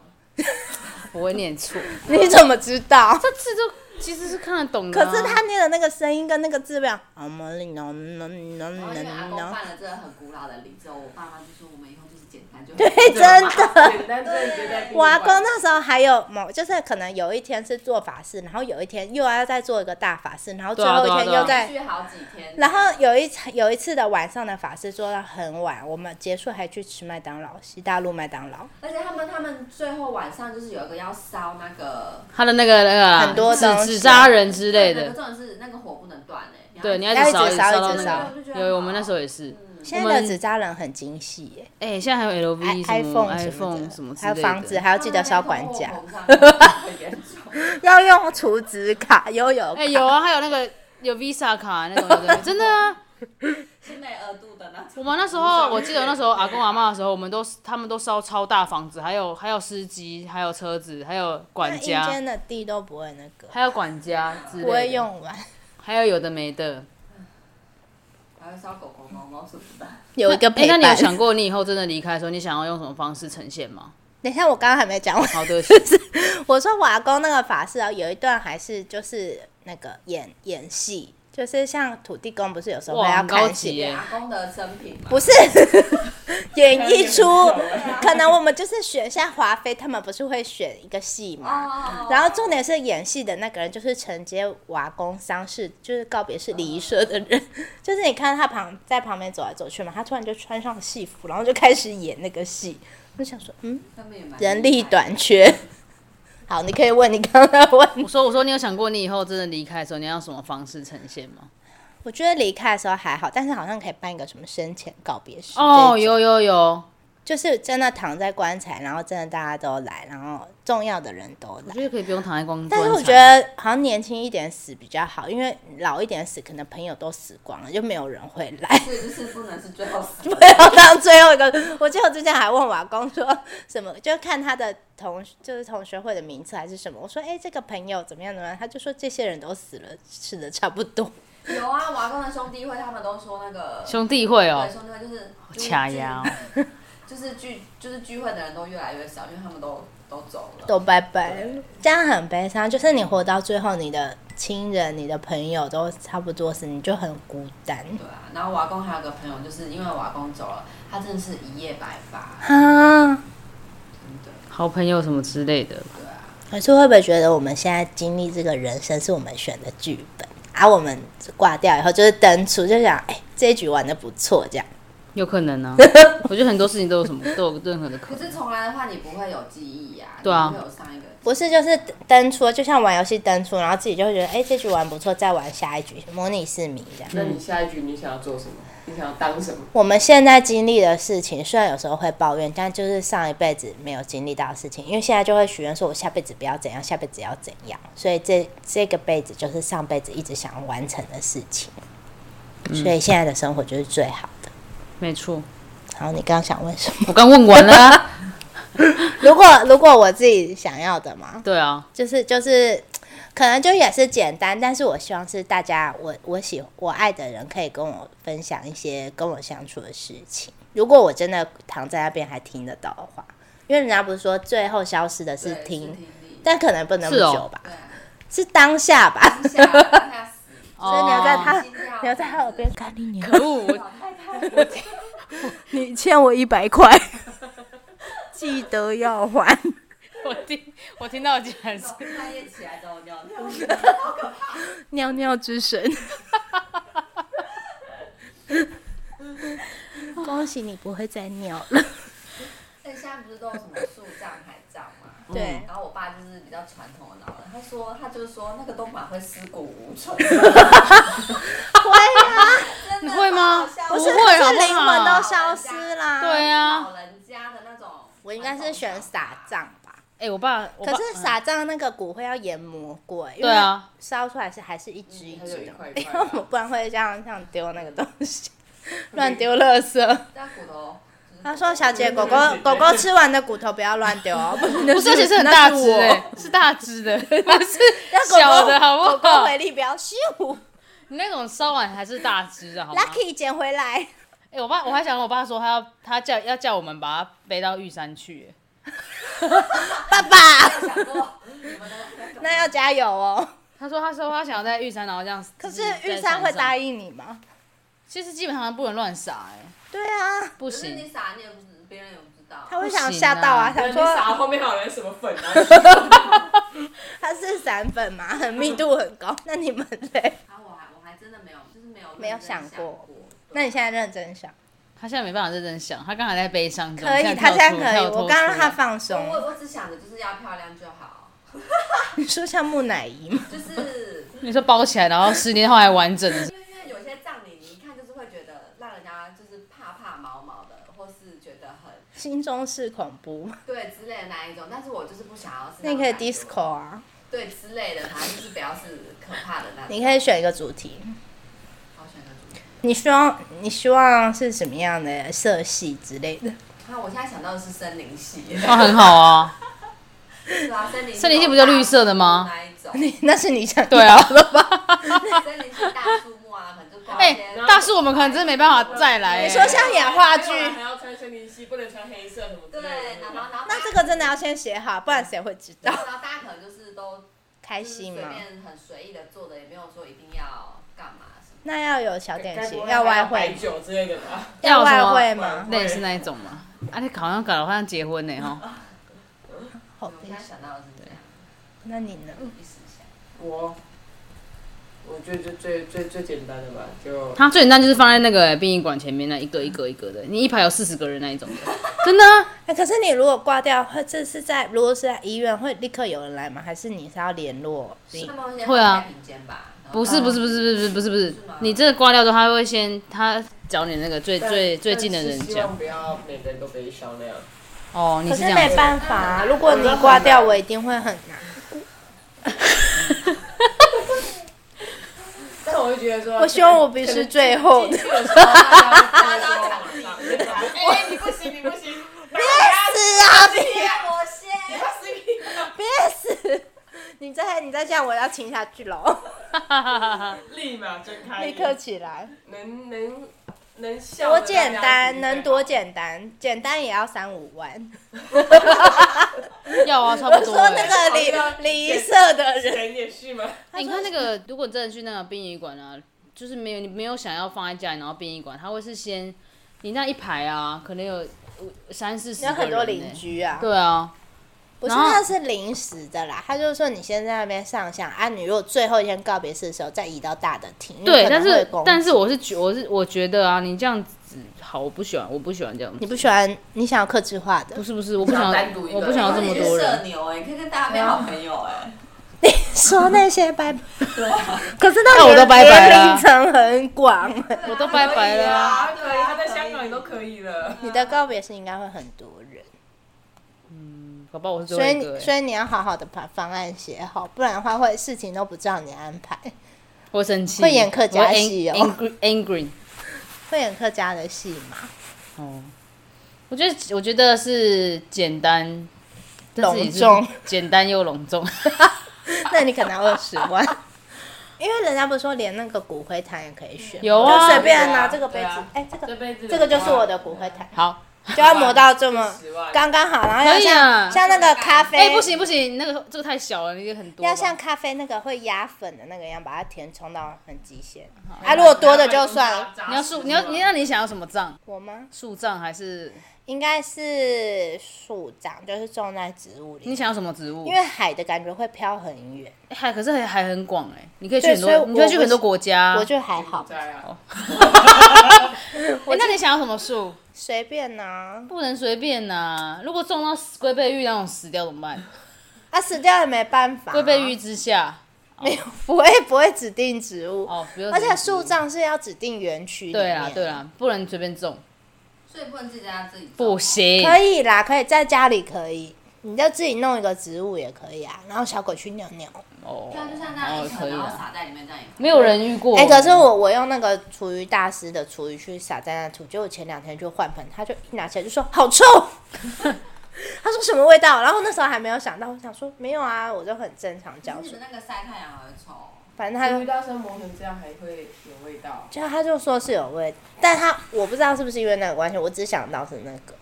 Speaker 1: 我会念错，
Speaker 2: 你怎么知
Speaker 5: (laughs)
Speaker 2: 道？
Speaker 1: 这字都其实是看得懂的、
Speaker 2: 可
Speaker 1: 啊。
Speaker 2: 是他念的那个声音跟那个字表，啊么哩喏喏喏
Speaker 4: 然后因为阿
Speaker 2: 喏
Speaker 4: 公
Speaker 2: 喏，
Speaker 4: 犯了这个很古老的礼之后，我爸妈就说我们以后就是简单就好。
Speaker 2: 对，真的。
Speaker 5: 简单真的直接在
Speaker 2: 我阿公那时候还有某，就是可能有一天是做法事，然后有一天又要再做一个大法事，然后最
Speaker 1: 对啊
Speaker 2: 后一天
Speaker 1: 对啊
Speaker 2: 又
Speaker 1: 对
Speaker 2: 在，
Speaker 4: 连续好几天，
Speaker 2: 然后有一次有一次的晚上的法事做到很晚，我们结束还去吃麦当劳，西大路麦当劳，
Speaker 4: 而且他们他们最后晚上就是有一个要烧那个
Speaker 1: 他的那个那个啊
Speaker 2: 很多东
Speaker 1: 纸
Speaker 2: 西
Speaker 1: 纸扎人之类
Speaker 4: 那个
Speaker 1: 的，
Speaker 4: 重点是那个火不能断哎。
Speaker 1: 对，你要
Speaker 2: 要
Speaker 1: 直
Speaker 2: 一直
Speaker 1: 烧直
Speaker 2: 烧一
Speaker 1: 到那
Speaker 2: 直
Speaker 4: 烧
Speaker 1: 个。有，我们那时候也是。
Speaker 2: 现
Speaker 1: 我
Speaker 2: 在
Speaker 1: 们
Speaker 2: 的纸扎人很精细耶
Speaker 1: 哎、现在还有 LV
Speaker 2: ，i
Speaker 1: 什么
Speaker 2: iPhone 什么
Speaker 1: iPhone
Speaker 2: 的
Speaker 1: 什么之
Speaker 2: 还
Speaker 1: 类
Speaker 2: 有
Speaker 1: 的，
Speaker 2: 房子还要记得烧管家，
Speaker 4: 很严重。 (laughs)
Speaker 2: 要用储值卡，悠游
Speaker 1: 哎、有啊，还有那个有 Visa 卡那种对不
Speaker 2: (laughs)
Speaker 1: 对，真的啊。
Speaker 4: 是没额度的那种。
Speaker 1: 我们那时候，我记得那时候阿公阿妈的时候，我们都他们都烧超大房子，还有还有司机，还有车子，还有
Speaker 2: 那
Speaker 1: 管
Speaker 2: 阴
Speaker 1: 家
Speaker 2: 间，的地都不会那个，
Speaker 1: 还有管家之类的，
Speaker 2: 不会用完，
Speaker 1: 还有有的没的。
Speaker 4: 还会烧狗狗、猫猫什么的。
Speaker 2: 有一个陪
Speaker 1: 哎、那 (laughs)
Speaker 2: 伴。
Speaker 1: 你有想 (laughs) 过你以后真的离开的时候，你想要用什么方式呈现
Speaker 2: (laughs)
Speaker 1: 吗？
Speaker 2: 等一下，我刚刚还没讲完。
Speaker 1: 好的，对不起
Speaker 2: 我说我阿公那个法师啊，有一段还是就是那个演演戏，就是像土地公不是有时候会
Speaker 1: 哇，
Speaker 2: 要
Speaker 1: 很高
Speaker 2: 看
Speaker 1: 级
Speaker 2: 戏，
Speaker 1: 耶
Speaker 4: 阿！公的生平嘛，
Speaker 2: 不是 (laughs) 演绎出，可能我们就是选像华妃他们不是会选一个戏嘛。
Speaker 4: 哦
Speaker 2: 然后重点是演戏的那个人就是承接瓦工丧事，就是告别式礼仪社的人， (laughs) 就是你看他旁在旁边走来走去嘛，他突然就穿上戏服，然后就开始演那个戏。我就想说，嗯，
Speaker 4: 他们也蛮
Speaker 2: 人力短缺，好，你可以问你刚刚问
Speaker 1: 我说我说你有想过你以后真的离开的时候，你要用什么方式呈现
Speaker 2: (laughs)
Speaker 1: 吗？
Speaker 2: (laughs) 我觉得离开的时候还好，但是好像可以办一个什么生前告别式
Speaker 1: 哦，
Speaker 2: 这一种
Speaker 1: 有有有，
Speaker 2: 就是真的躺在棺材，然后真的大家都来，然后重要的人都
Speaker 1: 我
Speaker 2: 来。
Speaker 1: 觉得可以不用躺在光，
Speaker 2: 但是我
Speaker 1: 棺
Speaker 2: 觉
Speaker 1: 材
Speaker 2: 得好像年轻一点死比较好，因为老一点死可能朋友都死光了，就没有人会 (laughs) 来。
Speaker 4: 所以就是不能是最后
Speaker 2: 不
Speaker 4: 死。
Speaker 2: 要当最后一个。我记得我之前还问瓦工说什么，就看他的同就是同学会的名册还是什么。我说哎、这个朋友怎么样怎么样，他就说这些人都死了，死的差不多。
Speaker 4: 有啊，瓦工的兄弟会他们都说那个
Speaker 1: 兄弟会哦
Speaker 4: 对，兄弟会就是
Speaker 1: 掐腰，
Speaker 4: 就是聚就是聚会的人都越来越少，因为他们都都走了。
Speaker 2: 都拜拜了，这样很悲伤。就是你活到最后，你的亲人、你的朋友都差不多死，你就很孤单
Speaker 4: 对啊，然后瓦工还有个朋友，就是因为瓦工走了，他真的是一夜白发，
Speaker 2: 啊。
Speaker 4: 真的。
Speaker 1: 好朋友什么之类的，
Speaker 4: 对啊，
Speaker 2: 可是会不会觉得我们现在经历这个人生是我们选的剧本，而、我们挂掉以后就是登出，就想哎、这一局玩的不错，这样
Speaker 1: 有可能
Speaker 2: (laughs)
Speaker 1: 啊。我觉得很多事情都有什么都有任何的可
Speaker 4: 可
Speaker 1: 能。
Speaker 4: 是重来的话，你不会有记忆呀、
Speaker 1: 对啊
Speaker 4: 你不会有上一个。
Speaker 2: 不是就是登出，就像玩游戏登出，然后自己就会觉得哎、这局玩不错，再玩下一局，模拟市民这样。
Speaker 5: 那你下一局你想要做什么？你想要当什么？
Speaker 2: 我们现在经历的事情，虽然有时候会抱怨，但就是上一辈子没有经历到的事情，因为现在就会许愿说，我下辈子不要怎样，下辈子要怎样，所以这这个辈子就是上辈子一直想完成的事情，所以现在的生活就是最好的。
Speaker 1: 没错，
Speaker 2: 然后你刚刚想问什么？
Speaker 1: 我刚问完了啊。
Speaker 2: (laughs) 如果如果我自己想要的嘛，
Speaker 1: (laughs) 对啊，
Speaker 2: 就是就是，可能就也是简单，但是我希望是大家我我喜我爱的人可以跟我分享一些跟我相处的事情。如果我真的躺在那边还听得到的话，因为人家不是说最后消失的是
Speaker 4: 对
Speaker 2: 听，
Speaker 4: 是听力。
Speaker 2: 但可能不能那
Speaker 1: 是
Speaker 2: 么
Speaker 1: 哦
Speaker 2: 久吧，
Speaker 4: 对啊，
Speaker 2: 是当下吧。 (laughs)
Speaker 4: 当下当下死，
Speaker 2: (laughs) 所以你要在他
Speaker 1: 哦
Speaker 4: 心 (laughs) 跳
Speaker 2: 你要在他耳边干你娘，
Speaker 1: 可恶，我
Speaker 2: (laughs)
Speaker 4: 太太
Speaker 2: 你欠我一百块， (laughs) 记得要还。
Speaker 1: 我听我听到竟然是
Speaker 4: 半夜起来之后尿尿，
Speaker 2: 尿尿之神。 (laughs) 恭喜你不会再尿 (laughs) 了。
Speaker 4: 哎，现在不是都有什么树葬、海葬吗？
Speaker 2: 对
Speaker 4: 然后我爸就是比较传统的老人，他说他就是说那个都蛮会尸骨
Speaker 2: (laughs)
Speaker 4: 无存，
Speaker 1: 你会吗？
Speaker 4: 不
Speaker 1: 不
Speaker 2: 是
Speaker 1: 会，好
Speaker 2: 哎是
Speaker 1: 不
Speaker 2: 灵魂
Speaker 1: 好
Speaker 2: 都？消失啦。
Speaker 1: 对啊
Speaker 4: 老，人家的那种。
Speaker 2: 我应该是选撒葬吧。
Speaker 1: 哎，我爸，我爸
Speaker 2: 可是撒葬那个骨灰要研磨过，因
Speaker 1: 对
Speaker 2: 为
Speaker 1: 啊，
Speaker 2: 烧出来是还是一只一
Speaker 5: 它就
Speaker 2: 只
Speaker 5: 一
Speaker 2: 的，
Speaker 5: 块一
Speaker 2: 因
Speaker 5: 块
Speaker 2: (laughs) 为我们
Speaker 5: 啊。
Speaker 2: 不然会这样这样丢那个东 (laughs) 西，乱丢垃圾。
Speaker 4: 那骨头，
Speaker 2: (laughs) 他说：“小姐，狗狗狗狗吃完的骨头不要乱丢哦，
Speaker 1: 不
Speaker 2: (laughs) 不
Speaker 1: 是，而且是很大只
Speaker 2: 哎、
Speaker 1: 哎，是大只
Speaker 2: (laughs)
Speaker 1: 的，不是
Speaker 2: 让狗狗
Speaker 1: 小的好不好
Speaker 2: 狗狗回力不要咻
Speaker 1: 你那种烧完还是大只的，好吗？
Speaker 2: ，Lucky 捡回来。
Speaker 1: 哎、我爸我还想跟我爸说，他要他叫要叫我们把他背到玉山去。
Speaker 2: 爸爸，
Speaker 4: 想过你们
Speaker 2: (laughs)
Speaker 4: 的
Speaker 2: 那要加油哦。
Speaker 1: 他说他说他想要在玉山，然后这样。
Speaker 2: 可是玉山会答
Speaker 1: 应？
Speaker 2: 应你吗？
Speaker 1: 其实基本上不能乱撒，哎，
Speaker 2: 对啊，
Speaker 1: 不
Speaker 4: 可是你
Speaker 1: 行。
Speaker 4: 傻，你也不知别人也不知道。
Speaker 2: 他会想
Speaker 1: 不行啊
Speaker 2: 吓到啊，
Speaker 5: 那
Speaker 2: 想
Speaker 5: 你
Speaker 2: 说
Speaker 5: 撒后面还有人什么粉啊？
Speaker 2: 它是散粉嘛， (laughs) 很密度很高。那你们嘞？
Speaker 4: 啊，我还我还真的没有，就是没有
Speaker 2: 没有
Speaker 4: 认真
Speaker 2: 想
Speaker 4: 想
Speaker 2: 过
Speaker 4: 过。
Speaker 2: 那你
Speaker 4: 对
Speaker 2: 现在认真想，
Speaker 1: 他现在没办法认真想，他刚才在悲伤中。
Speaker 2: 可以，他现在可以。我刚让他放
Speaker 4: 我
Speaker 2: 松。
Speaker 4: 我我只想着就是要漂亮就好，
Speaker 2: 你说像木乃伊吗？
Speaker 4: 就是
Speaker 1: 你说包起来，然后十年后还完整的。
Speaker 4: 因为因为有些葬礼你一看就是会觉得让人家就是怕怕毛毛的，或是觉得很
Speaker 2: 心中是恐怖，
Speaker 4: 对之类的那一种，但是我就是不想要是
Speaker 2: 那
Speaker 4: 种
Speaker 2: 你可以
Speaker 4: 感觉
Speaker 2: disco 啊，
Speaker 4: 对之类的，反正就是不要是可怕的那种。
Speaker 2: 你可以选一个主题。
Speaker 4: 好选择主题。
Speaker 2: 你希望你希望是什么样的色系之类的？ (laughs)
Speaker 4: 那我现在想到的是森林系
Speaker 1: (laughs)
Speaker 4: 耶，
Speaker 2: 哦
Speaker 1: 那、很好啊，
Speaker 4: 是啊，森林
Speaker 1: 森林系
Speaker 4: 有
Speaker 1: 不就
Speaker 4: 大
Speaker 1: 绿色的吗
Speaker 4: 树那一种，
Speaker 2: 你那是你想
Speaker 1: 对啊。 (laughs)
Speaker 4: 森林系大树木啊，可能就挂
Speaker 1: 哎、
Speaker 4: 一些
Speaker 1: 大树我们可能真的没办法 (laughs) 再来、
Speaker 2: 你
Speaker 1: 哎
Speaker 2: 说像演话剧，
Speaker 5: 没有啦还要穿森林系，不能穿黑色什么之
Speaker 4: 对，
Speaker 5: 类的
Speaker 4: 然。后然后
Speaker 2: (laughs) 那这个真的要先写好，不然谁会知道
Speaker 4: 然？后然后大家可能就是都
Speaker 2: 开
Speaker 4: 就是随
Speaker 2: 心吗？
Speaker 4: 便很随意的做的，也没有说一定要干嘛什么。
Speaker 2: 那要有小点
Speaker 5: 该不
Speaker 2: 心，
Speaker 5: 会
Speaker 2: 要外
Speaker 5: 还白
Speaker 2: 汇，
Speaker 5: 酒之类的吧？
Speaker 1: 要什
Speaker 2: 外
Speaker 1: 么
Speaker 2: 汇吗？
Speaker 1: 类似那一种嘛。啊，你好像搞得好像结婚呢、哈。
Speaker 2: 好
Speaker 4: 哦我现在想到的是这样，
Speaker 1: 嗯
Speaker 2: 那你呢？
Speaker 4: 一时想。
Speaker 5: 我我觉得就最最最简单的吧，就
Speaker 1: 它最简单就是放在那个欸殡仪馆前面那一个一个一个的，你一排有四十个人那一种的，真的啊、
Speaker 2: 哎、可是你如果挂掉，会这是在如果是在医院，会立刻有人来吗？还是你是要联络你
Speaker 4: 他？们先
Speaker 1: 会啊
Speaker 4: 太平间吧，然后
Speaker 1: 不
Speaker 2: 嗯
Speaker 1: 是不是不是不是不是不是
Speaker 4: 是吗，
Speaker 1: 你这个挂掉之后，他会先他找你那个最最最近的人
Speaker 5: 但是希
Speaker 1: 讲
Speaker 5: 望。不要每个人都悲伤那样。
Speaker 1: 哦，你
Speaker 2: 可
Speaker 1: 是
Speaker 2: 是
Speaker 1: 这样
Speaker 2: 没
Speaker 1: 子。
Speaker 2: 办法、啊，如果你挂掉，我一定会很难。
Speaker 5: 但我就觉得说，
Speaker 2: 我希望我不是最后的。
Speaker 5: 有时候大家都抢地，哎，你不行，你不行，
Speaker 2: 是啊，别
Speaker 4: 我先，
Speaker 2: 别死！你再你再这样，我要亲下去喽，
Speaker 5: (laughs) 立马睁开
Speaker 2: 立
Speaker 5: 眼，
Speaker 2: 刻起来。
Speaker 5: 能能能笑
Speaker 2: 多
Speaker 5: 得
Speaker 2: 简
Speaker 5: 大家一
Speaker 2: 单，
Speaker 5: 起
Speaker 2: 能
Speaker 5: 对
Speaker 2: 多
Speaker 5: 吧
Speaker 2: 简单，简单也要三五万。
Speaker 1: (laughs) 要啊，差
Speaker 2: (laughs) 我
Speaker 1: 不多
Speaker 2: 说那
Speaker 1: 欸。
Speaker 2: 个礼礼仪社的人，
Speaker 5: 人也
Speaker 2: (laughs)
Speaker 5: 是吗？
Speaker 1: 欸你看那个，如果真的去那个殡仪馆啊，就是没有你没有想要放在家里，然后殡仪馆，他会是先你那一排啊，可能有五三四十个
Speaker 2: 有
Speaker 1: 人、欸，
Speaker 2: 很多邻。居啊。
Speaker 1: 对啊，
Speaker 2: 不是，
Speaker 1: 然后
Speaker 2: 那是临时的啦。他就是说你先在那边上香啊，你如果最后一天告别式的时候再移到大的厅，因
Speaker 1: 对，
Speaker 2: 为可能
Speaker 1: 但
Speaker 2: 会有
Speaker 1: 是
Speaker 2: 公
Speaker 1: 但是我是觉我是我觉得啊，你这样子好，我不喜欢，我不喜欢这样子。
Speaker 2: 你不喜欢，你想要克制化的
Speaker 1: 不，是不是，我不想
Speaker 5: 想单独一个
Speaker 1: 我不想要这么多
Speaker 4: 社
Speaker 1: 人。
Speaker 4: 牛哎，可以跟大家变好朋友哎。
Speaker 2: 你说那些拜拜，
Speaker 4: 对啊，
Speaker 2: (laughs) 可是
Speaker 1: 那
Speaker 2: 那
Speaker 1: 我都拜拜了啊
Speaker 2: 龄层很广、
Speaker 1: 我都拜拜了啊
Speaker 5: 啊，可以，他在香港你都可以
Speaker 1: (laughs)
Speaker 5: 了。
Speaker 2: 你的告别式应该会很多人，
Speaker 1: 搞不好我是最
Speaker 2: 所
Speaker 1: 后
Speaker 2: 以
Speaker 1: 一个、
Speaker 2: 你
Speaker 1: 欸，
Speaker 2: 所以你要好好的把方案写好，不然的话会事情都不照你安排，
Speaker 1: 我会生气，
Speaker 2: 会演客家
Speaker 1: 我会 ang-
Speaker 2: 戏哦
Speaker 1: Angry angry。
Speaker 2: 会演客家的戏嘛，
Speaker 1: 哦，我觉得我觉得是简单，但是也是
Speaker 2: 隆重，
Speaker 1: 简单又隆重。 (laughs)
Speaker 2: 那你可能二十万。因为人家不是说连那个骨灰坛也可以选吗，
Speaker 1: 有啊
Speaker 2: 就随便
Speaker 5: 对
Speaker 2: 拿
Speaker 5: 啊
Speaker 2: 这个杯子
Speaker 5: 对啊，
Speaker 2: 哎、这个
Speaker 5: 这辈子
Speaker 2: 这个就是我的骨灰坛，
Speaker 1: 好，
Speaker 2: 就要磨到这么
Speaker 5: 十万
Speaker 2: 刚刚好，然后
Speaker 1: 可
Speaker 2: 要
Speaker 1: 以
Speaker 2: 像、
Speaker 1: 啊
Speaker 2: 像那个咖啡，
Speaker 1: 哎、不，行不行，那个这个太小了，那个很多吧。
Speaker 2: 要像咖啡那个会压粉的那个一样，把它填充到很极限。啊，如果多的就算了。。
Speaker 1: 你要树，你要
Speaker 5: 啊
Speaker 1: 你那你想要什么葬？
Speaker 2: 我吗？
Speaker 1: 树葬还是
Speaker 2: 应该是树长，就是种在植物
Speaker 1: 你
Speaker 2: 里，
Speaker 1: 想要什么植物？
Speaker 2: 因为海的感觉会飘很远，
Speaker 1: 哎还可是还还很广哎、你可以去
Speaker 2: 对
Speaker 1: 很
Speaker 2: 所以我
Speaker 1: 多，你可以去很多
Speaker 2: 我
Speaker 1: 国家。
Speaker 2: 我就还好，
Speaker 5: 在啊，
Speaker 1: 哎、那你想要什么树？
Speaker 2: 随便啊呐、
Speaker 1: 不能随便呐、如果种到死龟背玉那种死掉怎么办？
Speaker 2: 啊。死掉也没办法、啊
Speaker 1: 龟背玉之下，
Speaker 2: 没有 (laughs) 不会不会指定植物，
Speaker 1: 哦，不用
Speaker 2: 而且
Speaker 1: 指定
Speaker 2: 树葬是要指定园区里
Speaker 1: 对
Speaker 2: 面
Speaker 1: 啦对啊啦，不能随便种，
Speaker 4: 所以不能自己在家自己
Speaker 1: 不
Speaker 4: 做。
Speaker 1: 行。
Speaker 2: 可以啦，可以在家里可以，你就自己弄一个植物也可以啊，然后小狗去尿尿。
Speaker 1: 哦
Speaker 4: 对啊，就像那样一
Speaker 1: 可
Speaker 4: 层，
Speaker 1: 以
Speaker 4: 然后
Speaker 1: 啦，
Speaker 4: 撒在里面这样也可以。
Speaker 1: 没有人遇过。
Speaker 2: 哎、可是我我用那个厨余大师的厨余去撒在那土，结果前两天就换盆，他就一拿起来就说好
Speaker 1: (laughs)
Speaker 2: 臭，他说什么味道？然后那时候还没有想到，我想说没有啊，我就很正常浇
Speaker 4: 可是你
Speaker 2: 水
Speaker 1: 嗯
Speaker 4: 们，那个晒太阳还哦会臭。
Speaker 2: 反正他
Speaker 5: 遇
Speaker 2: 就。
Speaker 5: 到生磨成这样还会有味道。
Speaker 2: 就他就说是有味，但他我不知道是不是因为那个关系，我只想到是那个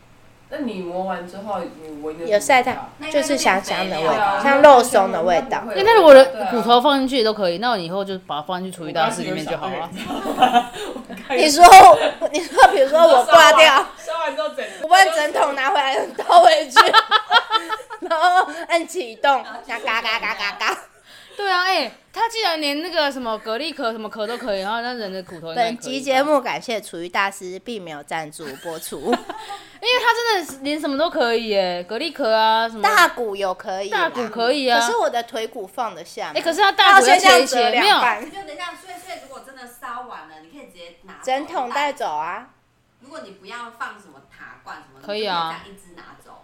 Speaker 5: 那你磨完之后，你闻有
Speaker 2: 有晒太
Speaker 5: 阳，
Speaker 4: 那应该
Speaker 2: 就是香香的味
Speaker 4: 变肥料
Speaker 2: 道，
Speaker 4: 了
Speaker 2: 像肉松的味道。
Speaker 1: 因为啊那如果的骨头放进去也都可以，那我以后就把它放进去厨余大师里面就好啊了。
Speaker 2: (laughs) 你说，
Speaker 1: 啊
Speaker 2: 你说，比如说我挂掉，，
Speaker 5: 烧完之后整，
Speaker 2: 我把整桶拿回来倒
Speaker 1: (laughs)
Speaker 2: 回去，然后按启动，
Speaker 1: 啊
Speaker 2: 然后嘎嘎嘎嘎嘎。
Speaker 1: 对啊，哎、他既然连那个什么蛤蜊壳什么壳都可以，然后那人的骨头应该可以
Speaker 2: 本
Speaker 1: 吧
Speaker 2: 集节，目感谢厨艺大师，并没有赞助播出。
Speaker 1: (laughs) 因为他真的是连什么都可以耶，蛤蜊壳啊什么。
Speaker 2: 大骨有可以
Speaker 1: 大
Speaker 2: 啦，
Speaker 1: 骨可以啊
Speaker 2: 可是我的腿骨放得下吗。
Speaker 1: 哎、可是他大骨
Speaker 2: 要
Speaker 1: 要
Speaker 2: 先
Speaker 1: 切
Speaker 2: 这
Speaker 1: 一
Speaker 2: 样折
Speaker 1: 切，没有
Speaker 2: 两，半，
Speaker 4: 就等一下，所以所以如果真的烧完了，你可以直接拿走
Speaker 2: 整桶带。走啊。
Speaker 4: 如果你不要放什么塔罐什么，
Speaker 1: 可以啊
Speaker 4: 你就这样一只拿走。哦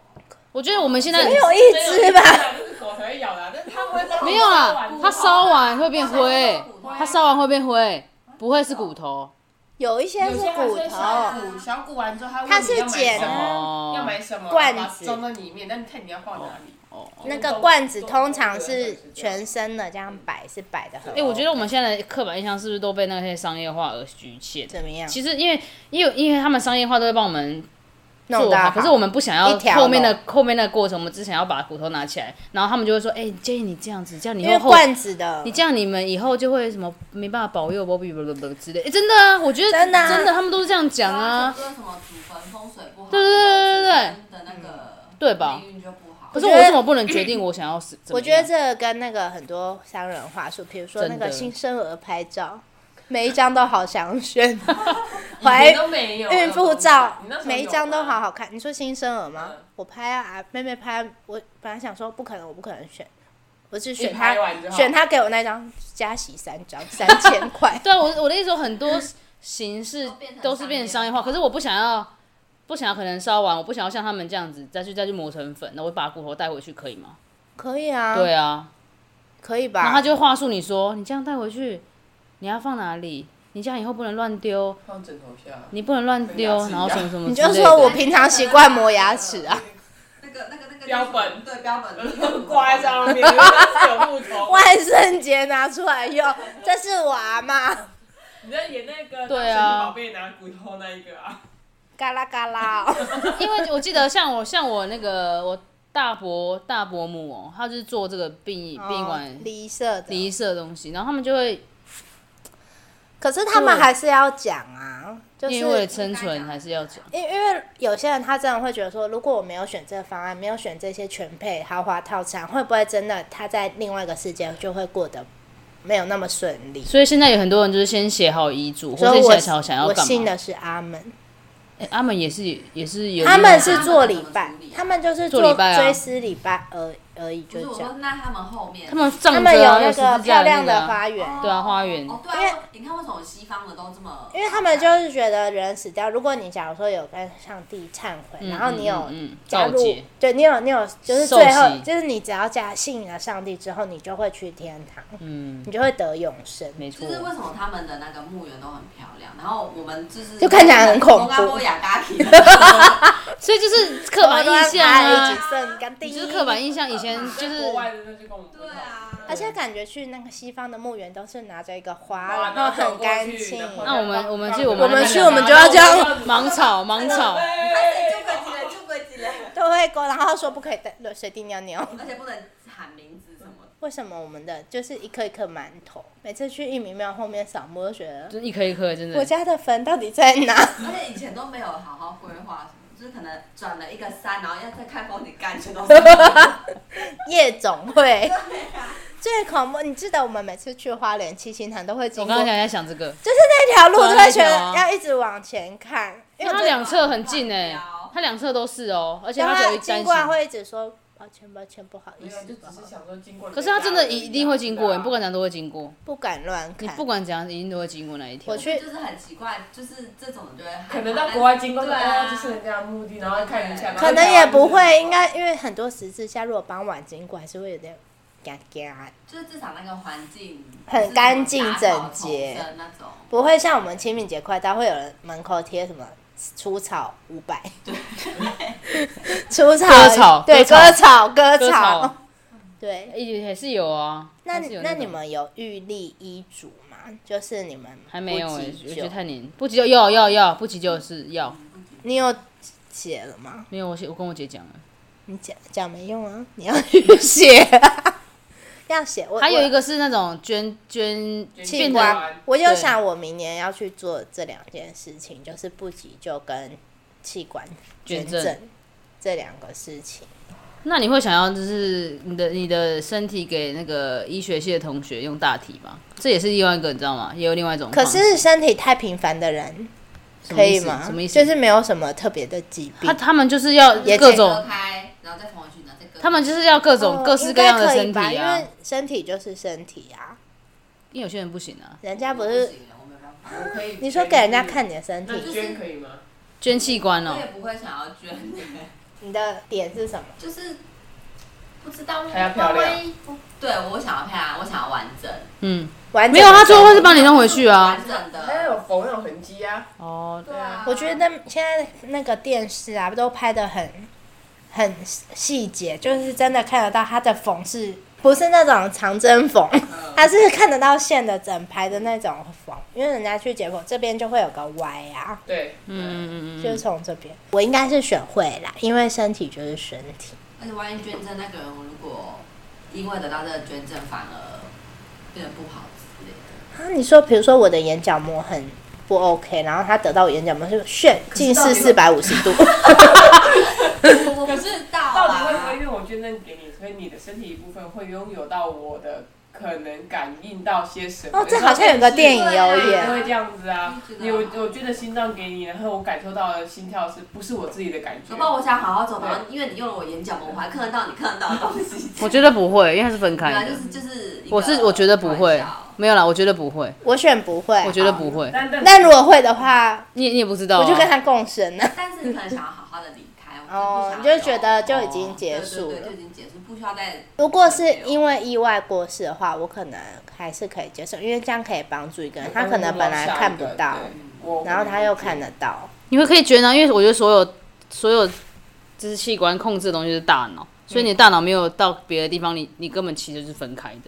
Speaker 1: 我觉得我们现在
Speaker 2: 没有一只吧？
Speaker 5: 就是狗才会咬的，但是它不会在
Speaker 1: 没有啦，它烧完会变灰，它烧完会变灰，不会是骨头。
Speaker 2: 有一些
Speaker 5: 有
Speaker 2: 是
Speaker 5: 些还
Speaker 2: 骨
Speaker 5: 会
Speaker 2: 头
Speaker 5: 小，骨，小骨完之后它
Speaker 2: 它是剪
Speaker 1: 啊
Speaker 5: 要买什么
Speaker 2: 罐子
Speaker 5: 把它装在里面，但你看你要放哪里。
Speaker 1: 哦，
Speaker 2: 那个罐子通常是全身的，这样摆是摆的很。
Speaker 1: 哎、我觉得我们现在的刻板印象是不是都被那些商业化而局限？
Speaker 2: 怎么样？
Speaker 1: 其实因为因为因为他们商业化都会帮我们
Speaker 2: 弄
Speaker 1: 做
Speaker 2: 得
Speaker 1: 好，
Speaker 2: 好
Speaker 1: 可是我们不想要
Speaker 2: 一条
Speaker 1: 后面的
Speaker 2: 龙
Speaker 1: 后面那个过程，我们只想要把骨头拿起来，然后他们就会说：“哎、建议你这样子，这样你
Speaker 2: 因
Speaker 1: 以
Speaker 2: 为
Speaker 1: 后
Speaker 2: 罐子的
Speaker 1: 你，这样你们以后就会什么没办法保佑 Bobby 不不不之类。”哎，真的啊，我觉得
Speaker 2: 真的啊
Speaker 1: 真的他们都是这样讲啊，
Speaker 4: 就是什么祖坟风水不好，
Speaker 1: 对对对对对
Speaker 4: 的那个
Speaker 2: 嗯
Speaker 1: 对吧
Speaker 4: 命运就不好。
Speaker 1: 可是
Speaker 2: 我
Speaker 1: 我
Speaker 2: 觉得
Speaker 1: 为什么不能决定我想要是？怎么
Speaker 2: 我觉得
Speaker 1: 样
Speaker 2: 这个跟那个很多商人话术，比如说那
Speaker 1: 真
Speaker 2: 个
Speaker 1: 的
Speaker 2: 新生儿拍照，每一张都好想
Speaker 1: (laughs)
Speaker 2: 选，
Speaker 4: 你
Speaker 2: 怀
Speaker 4: 都没有
Speaker 2: 哎孕妇照，每一张都。
Speaker 4: 那时候有
Speaker 2: 好
Speaker 4: 吗
Speaker 2: 好看。你说新生儿吗
Speaker 4: 嗯？
Speaker 2: 我拍啊啊，妹妹拍，我本来想说不可能，我不可能选，我只
Speaker 5: 一
Speaker 2: 选她
Speaker 5: 拍完之后，
Speaker 2: 选她给我那张加洗三张，三千块
Speaker 1: (laughs) 。对啊，我我的意思说很多形式
Speaker 4: 嗯都变成
Speaker 1: 都是变成商业化，
Speaker 4: 商业化
Speaker 1: 可是我不想要，不想要可能烧完，我不想要像他们这样子再去再去磨成粉，那我把骨头带回去可以吗？
Speaker 2: 可以啊，
Speaker 1: 对啊，
Speaker 2: 可以
Speaker 1: 然后
Speaker 2: 吧
Speaker 1: 他？就话术你说，你这样带回去，你要放哪里？你这样以后不能乱丢，
Speaker 5: 放枕头下，
Speaker 1: 你不能乱丢，
Speaker 5: 跟牙齿一
Speaker 1: 然
Speaker 5: 样
Speaker 1: 后什么什么
Speaker 2: 你
Speaker 1: 之类
Speaker 2: 就
Speaker 1: 的。
Speaker 2: 说我平常习惯磨牙齿啊，
Speaker 4: (laughs) 那个那个那个
Speaker 5: 标本
Speaker 4: 对标本
Speaker 5: (laughs) 挂在
Speaker 4: (laughs)
Speaker 5: 上面，
Speaker 2: (laughs)
Speaker 5: 有木头。
Speaker 2: 万圣节拿出来用，这是我阿妈，
Speaker 5: 你在演那个
Speaker 1: 对啊
Speaker 5: 神奇宝贝拿骨头那一个 (laughs) 啊？
Speaker 2: (laughs) 嘎啦嘎啦哦。 (laughs)
Speaker 1: 因为我记得像我像我那个我大伯大伯母哦，他是做这个殡仪宾馆
Speaker 2: 哦离色
Speaker 1: 礼仪
Speaker 2: 的，
Speaker 1: 社的东西，然后他们就会
Speaker 2: 可是他们还是要讲啊，就是
Speaker 1: 因为了生存还是要讲。
Speaker 2: 因因为有些人他真的会觉得说，如果我没有选这个方案，没有选这些全配豪华套餐，会不会真的他在另外一个世界就会过得没有那么顺利？
Speaker 1: 所以现在有很多人就是先写好遗嘱，或
Speaker 2: 所
Speaker 1: 者
Speaker 2: 以我
Speaker 1: 写好想要
Speaker 2: 我
Speaker 1: 干
Speaker 2: 信
Speaker 1: 嘛。
Speaker 2: 的是阿门，
Speaker 1: 哎他们也是也是有另外，
Speaker 2: 他们是做礼
Speaker 4: 他
Speaker 2: 拜
Speaker 4: 们怎么处理，啊
Speaker 2: 他们就是
Speaker 1: 做礼拜啊
Speaker 2: 追思礼拜而而已，
Speaker 4: 不
Speaker 2: 就是是
Speaker 4: 我
Speaker 2: 这
Speaker 4: 说
Speaker 2: 样。，
Speaker 4: 那他们后面
Speaker 1: 他们
Speaker 2: 他
Speaker 1: 葬
Speaker 2: 们
Speaker 1: 着
Speaker 2: 有
Speaker 1: 啊
Speaker 2: 那
Speaker 1: 有十字架
Speaker 2: 个
Speaker 1: 的
Speaker 2: 漂亮
Speaker 1: 那个
Speaker 2: 的
Speaker 1: 啊
Speaker 2: 花园，
Speaker 1: 对啊花园
Speaker 4: 哦，
Speaker 2: 因
Speaker 4: 对
Speaker 2: 为
Speaker 4: 啊，你看为什么西方的都这么？
Speaker 2: 因为他们就是觉得人死掉，如果你假如说有跟上帝忏悔，
Speaker 1: 嗯
Speaker 2: 然后你有
Speaker 1: 嗯嗯嗯
Speaker 2: 加
Speaker 1: 告
Speaker 2: 入
Speaker 1: 诫，
Speaker 2: 对你有你有，就是最
Speaker 1: 受
Speaker 2: 后
Speaker 1: 洗
Speaker 2: 就是你只要加信了上帝之后，你就会去天堂，
Speaker 1: 嗯，
Speaker 2: 你就会得永生。
Speaker 1: 没
Speaker 4: 就
Speaker 1: 错。
Speaker 4: 是为什么他们的那个墓园都很漂亮，然后我们就是
Speaker 2: 就看起来很恐怖
Speaker 4: 东阿波雅
Speaker 2: (laughs)
Speaker 4: 嘎 (laughs) 奇
Speaker 1: 所以就是刻板印象
Speaker 2: 一起
Speaker 1: 啊，
Speaker 2: 圣干地，
Speaker 1: 就是刻板印象。以啊前就是
Speaker 5: 国外的那就跟我们不
Speaker 4: 对
Speaker 5: 同
Speaker 4: 啊，
Speaker 2: 而且感觉去那个西方的墓园都是拿着一个花，
Speaker 5: 哇
Speaker 2: 然后很干净。
Speaker 5: 然后走过去然
Speaker 1: 那
Speaker 5: 后
Speaker 1: 我们我们去
Speaker 2: 我们
Speaker 1: 那边
Speaker 2: 去
Speaker 1: 的
Speaker 2: 我们就要这样
Speaker 1: 盲草盲草，
Speaker 4: 就鬼起来，就鬼起来，
Speaker 2: 都会勾，然后说不可以在随地尿尿。
Speaker 4: 而且不能喊名字什么的。
Speaker 2: 为什么我们的就是一颗一颗馒头？每次去玉米庙后面扫墓，都觉得
Speaker 1: 就是一颗一颗，真
Speaker 2: 我
Speaker 1: 的。
Speaker 2: 家的坟到底在哪？
Speaker 4: 而且以前都没有好好规划什么，就是可能转了一个山，然后要再看风景，
Speaker 2: (laughs)
Speaker 4: 感觉都是。啊
Speaker 2: 夜总会。最恐怖！你记得我们每次去花莲七星潭都会
Speaker 1: 我
Speaker 2: 经过，
Speaker 1: 刚刚想在
Speaker 2: 就是
Speaker 1: 想这个，
Speaker 2: 那条路就会觉
Speaker 1: 对啊那
Speaker 2: 得
Speaker 1: 条啊
Speaker 2: 要一直往前看，因
Speaker 1: 因为
Speaker 2: 为我
Speaker 1: 它
Speaker 2: 真的
Speaker 1: 两侧很近哎
Speaker 4: 我，
Speaker 1: 它两侧都是哦，而且
Speaker 2: 然后
Speaker 1: 它只有
Speaker 2: 他
Speaker 1: 一单
Speaker 2: 啊经
Speaker 1: 行
Speaker 2: 过他会一直说抱歉抱歉，不好意
Speaker 5: 没有
Speaker 2: 思
Speaker 5: 哎就
Speaker 2: 不
Speaker 5: 只
Speaker 2: 好
Speaker 5: 是
Speaker 2: 意思，
Speaker 5: 想说经过。
Speaker 1: 可是它真的
Speaker 5: 啊
Speaker 1: 一定会经过，你不
Speaker 5: 管。
Speaker 1: 管怎样都会经过，
Speaker 2: 不敢乱
Speaker 1: 你
Speaker 2: 看
Speaker 1: 不。管怎样一定都会经过那一条
Speaker 2: 我。去
Speaker 4: 就是很奇怪，就是这种人就会害怕
Speaker 5: 可能到国外经过，
Speaker 4: 对
Speaker 5: 说
Speaker 4: 啊
Speaker 5: 哦，这是人家的墓地，然后看一下。
Speaker 2: 可能也不会，应该因为很多十字架，如果傍晚经过还是会有点嘎嘎，
Speaker 4: 就是至少那个环境
Speaker 2: 很干净整洁
Speaker 4: 就是那种
Speaker 2: 不会像我们清明节快到会有人门口贴什么除草五百，对， (laughs) 除草
Speaker 1: 割草
Speaker 2: 对
Speaker 1: 割
Speaker 2: 割草割
Speaker 1: 割
Speaker 2: 草
Speaker 1: 草，
Speaker 2: 对。
Speaker 1: 也也是有啊。
Speaker 2: 那
Speaker 1: 还是
Speaker 2: 你
Speaker 1: 有
Speaker 2: 那
Speaker 1: 种
Speaker 2: 你们有预立医嘱吗？就是你们
Speaker 1: 还没有
Speaker 2: 不
Speaker 1: 哎、
Speaker 2: 急
Speaker 1: 我觉得
Speaker 2: 救
Speaker 1: 太年不急救，要要要，不急救是要。
Speaker 2: 你有写了吗？
Speaker 1: 没有，我写我跟我姐讲了，
Speaker 2: 你讲讲没用啊，你要 (laughs) 去写，要写。我
Speaker 1: 还有一
Speaker 2: 个
Speaker 1: 个是那种捐捐
Speaker 2: 器
Speaker 1: 变成
Speaker 2: 官，我就
Speaker 1: 对
Speaker 2: 想我明年要去做这两件事情，就是不急救跟器官
Speaker 1: 捐赠
Speaker 2: 赠这两个事情。
Speaker 1: 那你会想要就是你的你的身体给那个医学系的同学用大体吗？这也是另外一个，你知道吗？也有另外一种
Speaker 2: 可
Speaker 1: 方式。
Speaker 2: 是身体太平凡的人
Speaker 1: 什么
Speaker 2: 可
Speaker 1: 意
Speaker 2: 以
Speaker 1: 思
Speaker 2: 吗？
Speaker 1: 什么意思？
Speaker 2: 就是没有什么特别的疾病
Speaker 1: 他。他们就是要
Speaker 2: 也
Speaker 1: 各
Speaker 4: 割
Speaker 1: 种，
Speaker 4: 开，然后再缝回去，然后再割开。
Speaker 1: 他们就是要各种
Speaker 2: 哦
Speaker 1: 各式各样的身体
Speaker 2: 应该可以吧因
Speaker 1: 啊
Speaker 2: 为，身体就是身体啊，
Speaker 1: 因为有些人不行啊，
Speaker 2: 人家不
Speaker 4: 我
Speaker 2: 是
Speaker 4: 行了，我没办法，
Speaker 5: 我可以。
Speaker 2: 你说给人家看，你的身
Speaker 5: 那
Speaker 2: 体，
Speaker 5: 你捐可以吗？
Speaker 1: 捐器官哦
Speaker 4: 我、也不会想要捐，
Speaker 2: 你的点是什么？
Speaker 4: 就是不知道
Speaker 5: 还要漂亮
Speaker 4: 万一不对我想要漂亮，我想要完整，
Speaker 1: 嗯，
Speaker 2: 完整
Speaker 1: 没有，
Speaker 2: 的
Speaker 1: 他最后会
Speaker 2: 身
Speaker 1: 是
Speaker 2: 体
Speaker 1: 帮你弄回去啊。
Speaker 4: 完整的。
Speaker 5: 哎还有缝那种痕迹啊，
Speaker 1: 哦，
Speaker 4: 对啊，
Speaker 2: 我觉得现在那个电视啊，都拍的很很细节，就是真的看得到它的缝是，不是那种长针缝，
Speaker 1: 嗯
Speaker 2: (laughs) 它是看得到线的整排的那种缝。因为人家去解剖这边就会有个歪啊，
Speaker 5: 对，
Speaker 1: 嗯嗯嗯
Speaker 2: 就是从这边。我应该是选会啦，因为身体就是身体。
Speaker 4: 而且万一捐赠那个人如果因为得到这个捐赠反而变得不好之类的，
Speaker 2: 啊，你说比如说我的眼角膜很。不 OK，然后他得到我眼角膜是炫近视四百五十度，
Speaker 4: 我不
Speaker 5: 可是
Speaker 4: 知道
Speaker 5: 到底会不
Speaker 4: 啊
Speaker 5: 会因为我捐赠给你，所以你的身体一部分会拥有到我的可能感应到些什么？
Speaker 2: 哦，这好像有个电影
Speaker 4: 啊
Speaker 2: 有
Speaker 5: 也
Speaker 2: 演，
Speaker 5: 会这样子啊
Speaker 4: 不知。道
Speaker 5: 你我我捐的心脏给你，然后我感受到的心跳是不是我自己的感觉
Speaker 4: 搞不？好我想好好走，然后因为你用了我眼角膜，我还看得到你看得到的东西。
Speaker 1: 我觉得不会，因为它是分 (laughs)
Speaker 4: 对啊，
Speaker 1: 开
Speaker 4: 就
Speaker 1: 的。
Speaker 4: 是就是一个
Speaker 1: 我是我觉得不
Speaker 4: 玩
Speaker 1: 会
Speaker 4: 笑，
Speaker 1: 没有啦，我觉得不会，
Speaker 2: 我选不会。
Speaker 1: 我觉得不会。
Speaker 5: 但但
Speaker 2: 但如果会的话，
Speaker 1: 你也你也不知道、啊，
Speaker 2: 我就跟他共生了。
Speaker 4: 但是你可能想要好好的离开，
Speaker 2: 哦
Speaker 4: 我，
Speaker 2: (laughs) 你
Speaker 4: 不想要
Speaker 2: 就觉得就已经结束
Speaker 4: 哦对对对
Speaker 2: 了
Speaker 4: 就。已经结束，不需要再。
Speaker 2: 如果是因为意外过世的话，我可能还是可以接受，因为这样可以帮助一个人，他可能本来看不到，
Speaker 5: 我
Speaker 2: 然后他又看得到。
Speaker 1: 你会可以觉得，因为我觉得所有所有就是器官控制的东西是大脑，所以你的大脑没有到别的地方，你你根本其实就是分开的。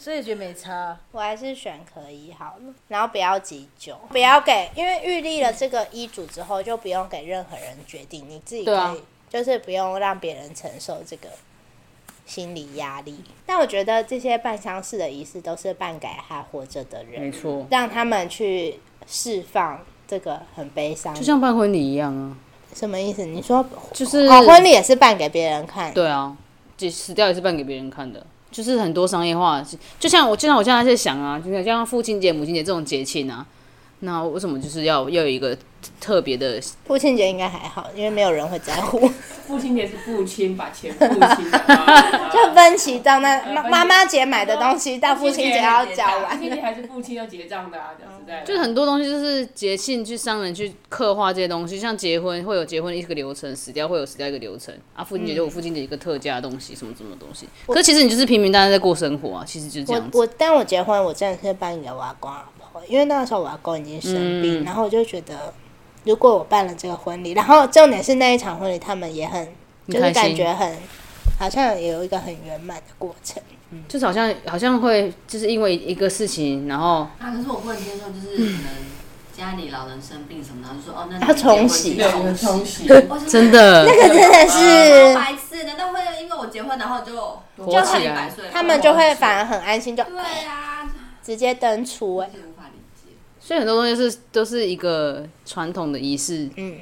Speaker 6: 所以觉得没差。
Speaker 2: 我还是选可以好了，然后不要急救，不要给，因为预立了这个医嘱之后，就不用给任何人决定，你自己可
Speaker 1: 对
Speaker 2: 以，
Speaker 1: 啊
Speaker 2: 就是不用让别人承受这个心理压力。但我觉得这些办丧事的仪式都是办给还活着的人，
Speaker 1: 错，
Speaker 2: 让他们去释放这个很悲伤的。
Speaker 1: 就像办婚礼一样啊，
Speaker 2: 什么意思？你说
Speaker 1: 就是
Speaker 2: 哦，婚礼也是办给别人看，
Speaker 1: 对啊，就死掉也是办给别人看的，就是很多商业化的事，就像我就像我现在在想啊，就像父亲节、母亲节这种节庆啊，那为什么就是要要有一个特别的？
Speaker 2: 父亲节应该还好，因为没有人会在乎。
Speaker 5: 父亲节是父亲把
Speaker 2: (laughs)
Speaker 5: 钱父亲的啊
Speaker 2: 就分歧到那
Speaker 5: 嗯
Speaker 1: 呃
Speaker 2: 妈
Speaker 5: 分歧
Speaker 2: 妈妈节买的东
Speaker 1: 哦
Speaker 2: 西到父亲节要交
Speaker 5: 父
Speaker 2: 完，
Speaker 5: 亲节还是父亲要结账的啊，讲实在的，
Speaker 1: 就是很多东西就是节庆去商人去刻画这些东西，像结婚会有结婚的一个流程，死掉会有死掉一个流程啊，父亲节就有父亲节一个特价的东西，什么什么东西。可是其实你就是平平淡淡在过生活啊，其实就是这
Speaker 2: 我
Speaker 1: 样子。
Speaker 2: 我但我结婚我真的是办给我阿公阿婆，因为那个时候我阿公已经生病，
Speaker 1: 嗯
Speaker 2: 然后我就觉得如果我办了这个婚礼，然后 (laughs) 重点是那一场婚礼他们也很就是
Speaker 1: 很开
Speaker 2: 感
Speaker 1: 心
Speaker 2: 觉很好像也有一个很圆满的过 (laughs) 程，
Speaker 1: 就是好像好像会就是因为一个事情，然后
Speaker 4: 啊，可是我不能接受，就是可能家里老人生病什么的，然后就说哦，那你
Speaker 2: 他
Speaker 4: 结婚
Speaker 2: 重洗
Speaker 4: 去
Speaker 5: 对，我
Speaker 4: 重
Speaker 5: 们
Speaker 4: 洗
Speaker 5: 冲洗，
Speaker 4: 我是
Speaker 1: 真
Speaker 2: (laughs)
Speaker 1: 的
Speaker 2: 这真的
Speaker 4: 好
Speaker 2: 是
Speaker 4: 白痴，难道会因为我结婚然后就
Speaker 1: 火起
Speaker 4: 一
Speaker 1: 来
Speaker 4: 百。岁？
Speaker 2: 他们就会反而很安心，就
Speaker 4: 对啊，
Speaker 2: 直接登出
Speaker 4: 我
Speaker 2: 哎、
Speaker 4: 也是无法理解。
Speaker 1: 所以很多东西是都是一个传统的仪式，
Speaker 2: 嗯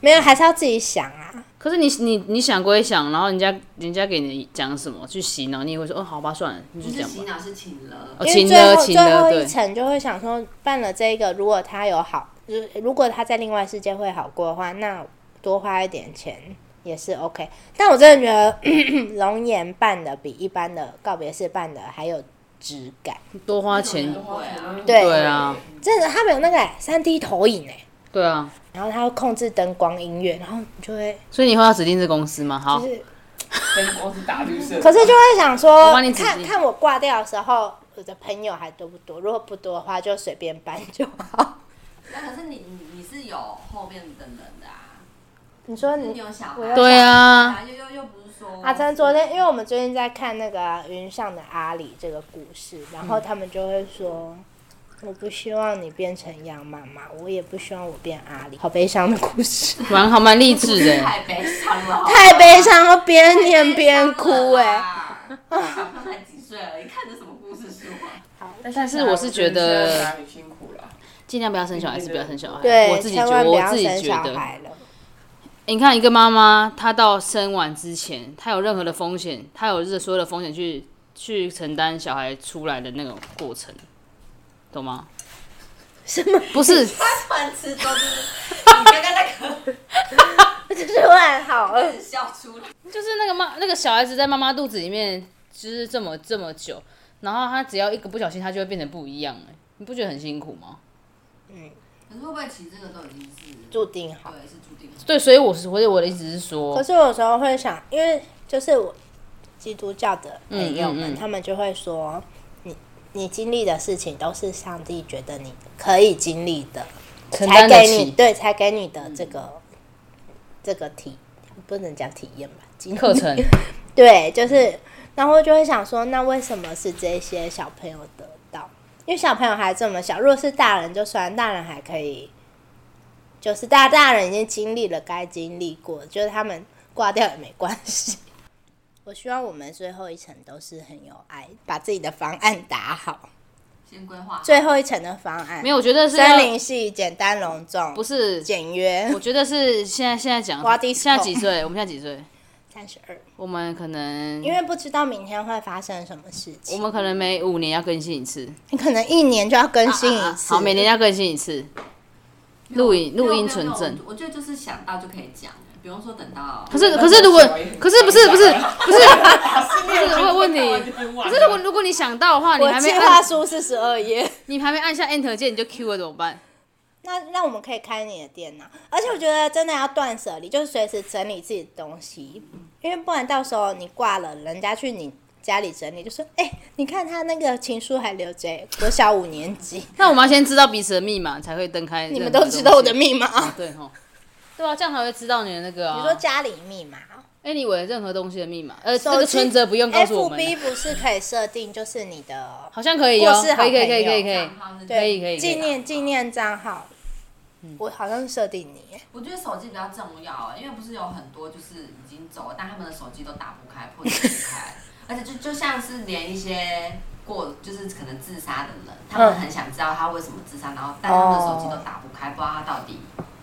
Speaker 2: 没有还是要自己想啊，
Speaker 1: 可是你你你想归想，然后人家人家给你讲什么去洗脑，你也会说哦，好吧，算了，你
Speaker 4: 就
Speaker 1: 就是这样
Speaker 4: 洗
Speaker 1: 吧。
Speaker 4: 脑是请了
Speaker 1: 哦，
Speaker 2: 因为
Speaker 1: 请
Speaker 2: 最
Speaker 1: 了
Speaker 2: 后
Speaker 1: 请
Speaker 2: 最后
Speaker 1: 了，
Speaker 2: 一
Speaker 1: 对，
Speaker 2: 层就会想说，办了这个，如果他有好，就是如果他在另外世界会好过的话，那多花一点钱也是 OK。但我真的觉得 (coughs) 龙岩办的比一般的告别式办的还有质感，
Speaker 1: 多花
Speaker 4: 那
Speaker 1: 钱
Speaker 4: 种，对啊
Speaker 2: 对
Speaker 1: 对啊，
Speaker 2: 真的他们有那个三 D 投影哎、
Speaker 1: 对啊，
Speaker 2: 然后他会控制灯光、音乐，然后你就会
Speaker 1: 所以你以后要指定这公司吗？好
Speaker 2: 就，是，
Speaker 5: 灯光是打绿色的，
Speaker 2: 可是就会想
Speaker 1: 我
Speaker 2: 说
Speaker 1: 帮你，指
Speaker 2: 看
Speaker 1: 定
Speaker 2: 看我挂掉的时候，我的朋友还多不多？如果不多的话，就随便办就好。
Speaker 4: 那可是你你你是有后面的人的啊，
Speaker 2: 你说
Speaker 4: 你
Speaker 2: 你
Speaker 4: 有小
Speaker 2: 我
Speaker 4: 孩
Speaker 2: 要
Speaker 1: 对啊，
Speaker 4: 啊，又又又不是说
Speaker 2: 阿珍昨天，因为我们最近在看那个啊《云上的阿里》这个故事，然后他们就会说：“我不希望你变成杨妈妈，我也不希望我变阿里。”好悲伤的
Speaker 1: (laughs)
Speaker 2: 故事，
Speaker 1: 蛮好，蛮励志
Speaker 2: (laughs)
Speaker 1: 的。
Speaker 4: 太悲伤了，
Speaker 2: 太悲伤了，边念边哭哎、
Speaker 4: 哎。
Speaker 2: (laughs)
Speaker 4: 小朋友才几岁而已，看着什么故事书啊？
Speaker 1: 但是我是觉
Speaker 5: 现在
Speaker 1: 得
Speaker 5: 很辛苦了，
Speaker 1: 尽量不要生小孩，还是不要生小孩。我
Speaker 2: 欸对，
Speaker 1: 自己
Speaker 2: 千
Speaker 1: 觉得，
Speaker 2: 万不
Speaker 1: 我
Speaker 2: 要
Speaker 1: 自己
Speaker 2: 生
Speaker 1: 觉
Speaker 2: 小
Speaker 1: 得，
Speaker 2: 孩了。 (laughs)
Speaker 1: 欸你看一个妈妈，她到生完之前，她有任何的风险，她有这所有的风险去去承担小孩出来的那种过程，懂吗？什么？
Speaker 2: (laughs)
Speaker 1: 不是，
Speaker 4: 突然吃粥就是你刚刚那个
Speaker 2: 突然好饿，
Speaker 4: 笑出来，
Speaker 1: 就是那个妈那个小孩子在妈妈肚子里面就是这么这么久，然后他只要一个不小心，他就会变得不一样、欸，你不觉得很辛苦吗？
Speaker 4: 可是会不会其实这个都已经
Speaker 2: (laughs)
Speaker 4: 是
Speaker 2: 注定好。
Speaker 4: 对是注定的？
Speaker 1: 对，所以我是我的我的意思是说，
Speaker 2: 可是有时候会想，因为就是我基督教的朋友
Speaker 1: 嗯
Speaker 2: 们，
Speaker 1: 嗯嗯
Speaker 2: 他们就会说，你你经历的事情都是上帝觉得你可以经历的，
Speaker 1: 承
Speaker 2: 才
Speaker 1: 担得
Speaker 2: 给你
Speaker 1: 起
Speaker 2: 对，才给你的这个、这个体，不能讲体验吧，经历
Speaker 1: 课程，
Speaker 2: (laughs) 对，就是，然后就会想说，那为什么是这些小朋友得到？因为小朋友还这么小，如果是大人就算，大人还可以，就是大大人已经经历了该经历过，就是他们挂掉也没关系。 (laughs) 我希望我们最后一层都是很有爱，把自己的方案打好。
Speaker 4: 先规划。
Speaker 2: 最后一层的方案
Speaker 1: 没。有，我觉得是要
Speaker 2: 森林系简单隆重，
Speaker 1: 不是？
Speaker 2: 简约
Speaker 1: 我。觉得是现在现在讲
Speaker 2: 挖，地
Speaker 1: 现在
Speaker 2: 洞
Speaker 1: 几岁？我们现在几岁？
Speaker 2: 三十二，
Speaker 1: 我们可能，
Speaker 2: 因为不知道明天会发生什么事
Speaker 1: 我
Speaker 2: 情，
Speaker 1: 们可能每五年要更新一次，
Speaker 2: 你可能一年就要更新
Speaker 1: 啊
Speaker 2: 一
Speaker 1: 啊
Speaker 2: 次。
Speaker 1: 好，每年要更新一次。
Speaker 2: 嗯
Speaker 1: 录影录音存证
Speaker 4: 没有没有没有我我觉得就是想到就可以讲，不用说等到。
Speaker 1: 可是可是如果可是不是 (laughs) 不是不是不是我有问你，
Speaker 5: 可
Speaker 1: 可是如果如果你想到的话，你
Speaker 2: 我
Speaker 1: 还没
Speaker 2: 计划
Speaker 1: 按
Speaker 2: 书是十二页。
Speaker 1: 你还没按下 Enter 键你就 Q 了怎么办？
Speaker 2: 那那我们可以开你的店呐、而且我觉得真的要断舍离，就是随时整理自己的东西，因为不然到时候你挂了，人家去你家里整理，就说：“哎、你看他那个情书还留着，国小五年
Speaker 1: (laughs)
Speaker 2: 级，
Speaker 1: 那我们要先知道彼此的密码才会登开。
Speaker 2: 你们都知道我的
Speaker 1: 密
Speaker 2: 密码。
Speaker 1: 对吼。对啊，这样才会知道你的那个啊。哎
Speaker 2: 你说家里密码哦、
Speaker 1: anyway 任何东西的密码，呃，这
Speaker 2: 手
Speaker 1: 个
Speaker 2: 机
Speaker 1: 存折不用告诉我们，啊
Speaker 2: FB 不是可以设定，就是你的
Speaker 1: 好像可以哦
Speaker 2: 过世，好
Speaker 1: 可以可以可
Speaker 2: 朋
Speaker 1: 以
Speaker 2: 友
Speaker 1: 可以可以
Speaker 4: 好是
Speaker 1: 可以可以嗯可
Speaker 2: 纪
Speaker 1: 以。
Speaker 2: 念纪念账号。我好像是设定你耶，
Speaker 4: 我觉得手机比较重要啊，因为不是有很多就是已经走了，但他们的手机都打不开，破解不开，而且就就像是连一些过就是可能自杀的人，他们很想知道他为什么自杀，然后但他们的手机都打不开，不知道他到底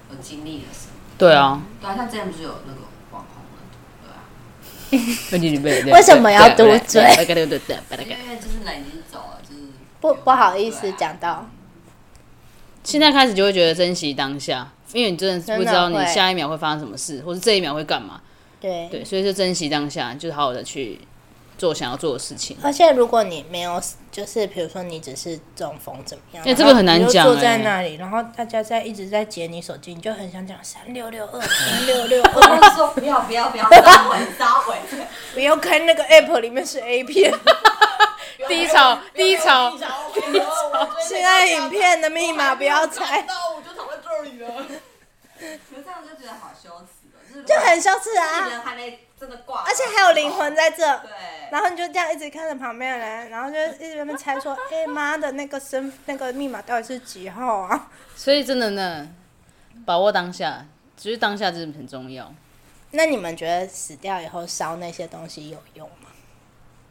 Speaker 4: 有经历了什么。
Speaker 1: 对啊，
Speaker 4: 对啊，像之前不是有那个网红人，对啊，
Speaker 1: 为
Speaker 2: 什么要嘟嘴
Speaker 1: 对对对，
Speaker 4: 因为就是人已经走了，就是
Speaker 2: 不不好意思
Speaker 4: 对啊
Speaker 2: 讲到
Speaker 1: 现在开始就会觉得珍惜当下，因为你真的是不知道你
Speaker 2: 真的会
Speaker 1: 下一秒会发生什么
Speaker 2: 嗯
Speaker 1: 事，或是这一秒会干嘛。
Speaker 2: 对
Speaker 1: 对，所以就珍惜当下，就是好好的去做想要做的事情。
Speaker 2: 而且如果你没有，就是比如说你只是中风怎么样，
Speaker 1: 哎
Speaker 2: 然后
Speaker 1: 这个很难
Speaker 2: 你就
Speaker 1: 讲
Speaker 2: 坐
Speaker 1: 哎
Speaker 2: 在那里，然后大家在一直在截你手机，你就很想讲三六六二三六
Speaker 1: (laughs)
Speaker 2: 六二，
Speaker 4: 说不要不要不要，烧毁烧毁，
Speaker 2: 不要看那个 app 里面是 A 片，
Speaker 1: 低潮，低潮，
Speaker 2: 现在影片的密啊码不要猜，
Speaker 4: 可是这样就觉得好羞耻哦，就是
Speaker 2: 就很羞耻
Speaker 4: 艺
Speaker 2: 啊，
Speaker 4: 人还没真的挂，
Speaker 2: 而且还有灵魂在这。
Speaker 4: 对。
Speaker 2: 然后你就这样一直看着旁边的人，然后就一直在那边猜说，哎、妈的那个身那个密码到底是几号啊？
Speaker 1: 所以真的呢，把握当下，其实当下真的很重要。
Speaker 2: 那你们觉得死掉以后烧那些东西有用吗？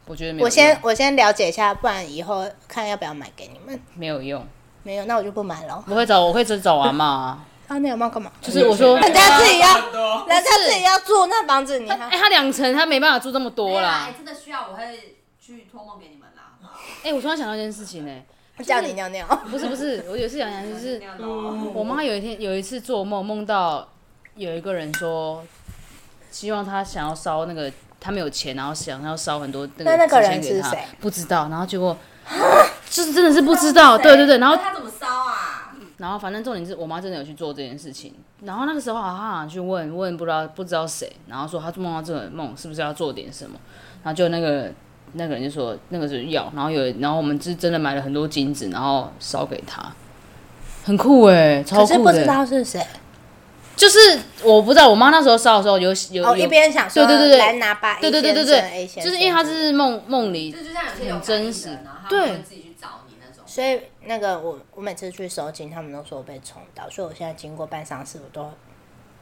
Speaker 1: 我觉得没有用，
Speaker 2: 我先我先了解一下，不然以后看要不要买给你们。
Speaker 1: 没有用，
Speaker 2: 没有，那我就不买了。
Speaker 1: 我会找我会找找阿妈、 (laughs)
Speaker 2: (laughs)
Speaker 1: 啊，
Speaker 2: 啊，那有猫干嘛？
Speaker 1: 就是我说，
Speaker 2: 人家自己要，
Speaker 5: 多
Speaker 2: 人家自己要住那房子，你
Speaker 1: 他哎、
Speaker 2: 还
Speaker 1: 他两层他没办法住这么多
Speaker 4: 对啊，
Speaker 1: 啦
Speaker 4: 哎，。真的需要我会去托梦给你们啦。
Speaker 1: 哎、我突然想到一件事情呢、
Speaker 2: 叫你尿尿。
Speaker 1: 不是不是，我有一次想想就是嗯
Speaker 4: 那。样哦咯
Speaker 1: 我妈有一天有一次做梦，梦到有一个人说，希望他想要烧那个，他没有钱，然后想要烧很多那个
Speaker 2: 那那个
Speaker 1: 纸钱
Speaker 2: 人
Speaker 1: 给
Speaker 2: 是
Speaker 1: 他
Speaker 2: 谁，
Speaker 1: 不知道，然后结果就是真的是不知道，对对对，然后
Speaker 4: 那他怎么烧啊？
Speaker 1: 然后反正重点是我妈真的有去做这件事情，然后那个时候好像好像去问问不知道不知道谁，然后说她梦到这个梦是不是要做点什么，然后就那个那个人就说那个是药，然后有然后我们是真的买了很多金子，然后烧给他，很酷哎、超
Speaker 2: 可是
Speaker 1: 酷
Speaker 2: 不
Speaker 1: 的。
Speaker 2: 知道是谁，
Speaker 1: 就是我不知道，我妈那时候烧的时候有有、
Speaker 2: 哦，
Speaker 1: 有
Speaker 2: 一边想说
Speaker 1: 对对对对
Speaker 2: 来拿吧，
Speaker 1: 对对对对
Speaker 2: A
Speaker 1: 对，
Speaker 2: 先生
Speaker 1: 就是因为她是梦梦里
Speaker 4: 就就像有些有
Speaker 1: 很真
Speaker 4: 感应
Speaker 1: 实
Speaker 4: 的然啊后他
Speaker 1: 对
Speaker 4: 们会自己去找你那种。
Speaker 2: 所以那个我我每次去收金，他们都说我被冲到，所以我现在经过办丧事，我都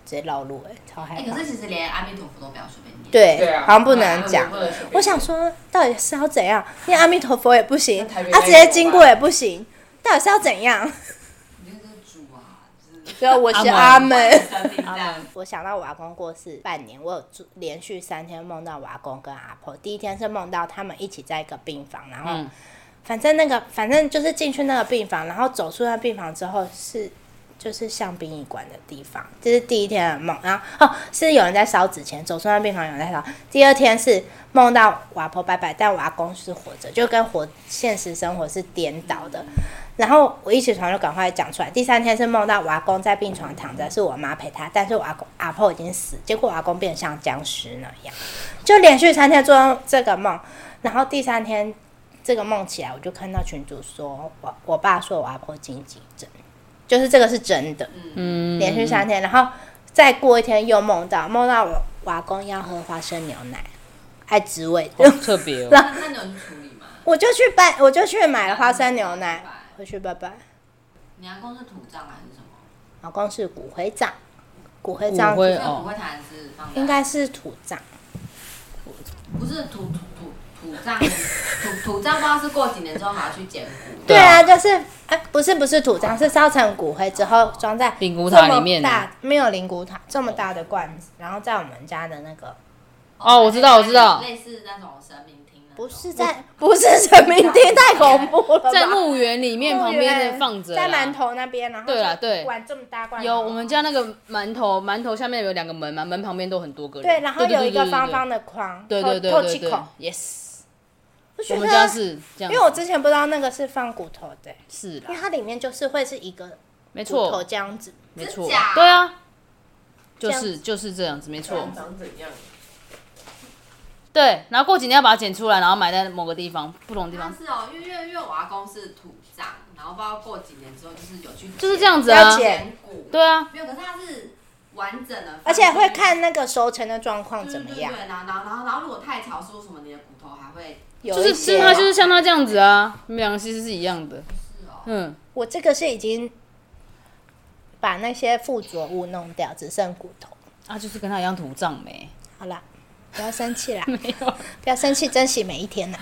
Speaker 2: 直接绕路、哎，超害
Speaker 4: 哎，
Speaker 2: 怕
Speaker 4: 可。是其实连阿弥陀佛都不要随便念。
Speaker 2: 对，
Speaker 5: 对啊
Speaker 2: 好像不能讲。
Speaker 5: 不能随便
Speaker 2: 我想说，到底是要怎样？念阿弥陀佛也不行，
Speaker 5: 那台北
Speaker 2: 啊，
Speaker 5: 那
Speaker 2: 直接
Speaker 5: 里
Speaker 2: 经
Speaker 5: 有
Speaker 2: 过
Speaker 5: 吧
Speaker 2: 也不行，到底是要怎样？
Speaker 4: 你看这是猪啊，就是
Speaker 2: 所以我是
Speaker 1: 阿
Speaker 2: 阿
Speaker 1: 门
Speaker 2: 门。
Speaker 4: 神
Speaker 2: (laughs)
Speaker 4: 灵这样。
Speaker 2: 我想到我阿公过世半年，我有住连续三天梦到我阿公跟阿婆。第一天是梦到他们一起在一个病房，然后、
Speaker 1: 嗯
Speaker 2: 反正那个反正就是进去那个病房，然后走出那病房之后是就是像殡仪馆的地方，这是第一天的梦。然后哦是有人在烧纸钱，走出那病房有人在烧。第二天是梦到我阿婆拜拜，但我阿公是活着，就跟活现实生活是颠倒的。然后我一起床就赶快讲出来。第三天是梦到我阿公在病床躺着，是我妈陪他，但是我阿公阿婆已经死，结果我阿公变得像僵尸那样，就连续三天做到这个梦。然后第三天这个梦起来，我就看到群主说我我爸说我阿婆紧急症，就是这个是真的，嗯，连续三
Speaker 1: 哦
Speaker 2: 天，然后再过一天又梦到梦到我我阿公要喝花生牛奶，爱滋味的，
Speaker 1: 特别、 (laughs) 哦，
Speaker 4: 那那你有去处理吗？
Speaker 2: (laughs) 我就去拜，我就去买了花生牛奶回去拜拜。
Speaker 4: 你阿公是土葬还是什么？
Speaker 2: 老公是骨灰葬，骨灰葬
Speaker 1: 骨灰
Speaker 4: 那
Speaker 1: 哦
Speaker 4: 骨灰坛是放在
Speaker 2: 应该是土葬，
Speaker 4: 不是土土土土葬，土土土葬不知道是过几年之后还要去捡骨，
Speaker 1: 对
Speaker 2: 对
Speaker 1: 啊
Speaker 2: 啊，就是哎、不是不是土葬，是烧成骨灰之后装在
Speaker 1: 灵骨塔里面
Speaker 2: 这么大没有灵骨塔这么大的罐子，然后在我们家的那个
Speaker 1: 哦我知道我知道
Speaker 4: 类似那种神明厅的，
Speaker 2: 不是在 (laughs) 不是神明厅，太恐怖了吧，
Speaker 1: 在墓园里面旁边的放着啦，
Speaker 2: 在馒头那边，然后
Speaker 1: 对啦
Speaker 2: 就
Speaker 1: 对
Speaker 2: 碗这么大罐，
Speaker 1: 有我们家那个馒头，馒头下面有两个门嘛，门旁边都很多个人。
Speaker 2: 对，然后有一个方
Speaker 1: 方，
Speaker 2: 方的框，
Speaker 1: 对对对
Speaker 2: 透透
Speaker 1: 对
Speaker 2: 气
Speaker 1: 对
Speaker 2: 孔，
Speaker 1: 对，yes，
Speaker 2: 我觉
Speaker 1: 我
Speaker 2: 得
Speaker 1: 们家是这样，
Speaker 2: 因为我之前不知道那个是放骨头的、
Speaker 1: 是
Speaker 2: 因为
Speaker 1: 啦，
Speaker 2: 它里面就是会是一个
Speaker 1: 没
Speaker 2: 骨头
Speaker 1: 错
Speaker 2: 这样子，
Speaker 1: 没错
Speaker 4: 真假，
Speaker 1: 对啊，就
Speaker 2: 这样
Speaker 1: 是就是这样子，没错，
Speaker 5: 长怎样？
Speaker 1: 对。然后过几年要把它剪出来，然后埋在某个地方，不同的地
Speaker 4: 但
Speaker 1: 方，
Speaker 4: 是哦，因为因为因为我阿公是土葬，然后不知道过几年之后就是有去
Speaker 1: 就是这样子
Speaker 2: 了
Speaker 1: 啊，
Speaker 2: 解
Speaker 4: 捡骨，
Speaker 1: 对啊，
Speaker 4: 没有，可是它是完整的，
Speaker 2: 而且会看那个熟成的状况
Speaker 4: 对
Speaker 2: 怎么样
Speaker 4: 对，对对然后然后然后然后如果太潮湿什么，你的骨头还会
Speaker 2: 有
Speaker 1: 就
Speaker 2: 一
Speaker 1: 是就是
Speaker 2: 些哦
Speaker 1: 它就是像它这样子啊，你们两个其实是一样的，
Speaker 4: 是哦，
Speaker 1: 嗯，
Speaker 2: 我这个是已经把那些附着物弄掉，只剩骨头。
Speaker 1: 啊，就是跟它一样土葬没，
Speaker 2: 好啦，不要生气啦，
Speaker 1: (laughs) 没有，
Speaker 2: 不要生气，珍惜每一天啦，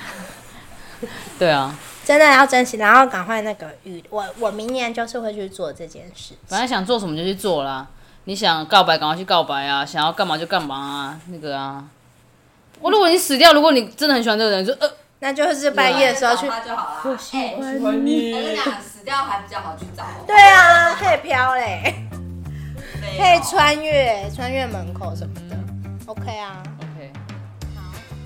Speaker 1: 对啊，
Speaker 2: 真的要珍惜，然后赶快那个雨，我我明年就是会去做这件事情。
Speaker 1: 反正想做什么就去做啦。你想告白，赶快去告白啊！想要干嘛就干嘛啊，那个啊。我如果你死掉，如果你真的很喜欢这个人，就呃，
Speaker 2: 那就是半夜的时候去
Speaker 1: 啊
Speaker 4: 找，他就好啦。哎，我
Speaker 5: 喜欢
Speaker 4: 跟你
Speaker 5: 你。
Speaker 4: 讲，死掉还比较好去找，
Speaker 2: 对啊，可以飘嘞，
Speaker 4: 对
Speaker 2: 可以穿越穿越门口什么的，OK 啊。
Speaker 1: OK，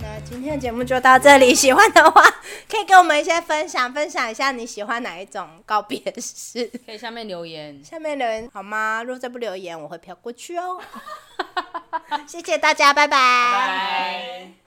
Speaker 2: 那今天的节目就到这里，喜欢的话可以给我们一些分享，分享一下你喜欢哪一种告别式。
Speaker 1: 可以下面留言。
Speaker 2: 下面留言好吗？如果再不 (laughs) 留言，我会飘过去哦。谢谢大家，拜拜
Speaker 5: 拜。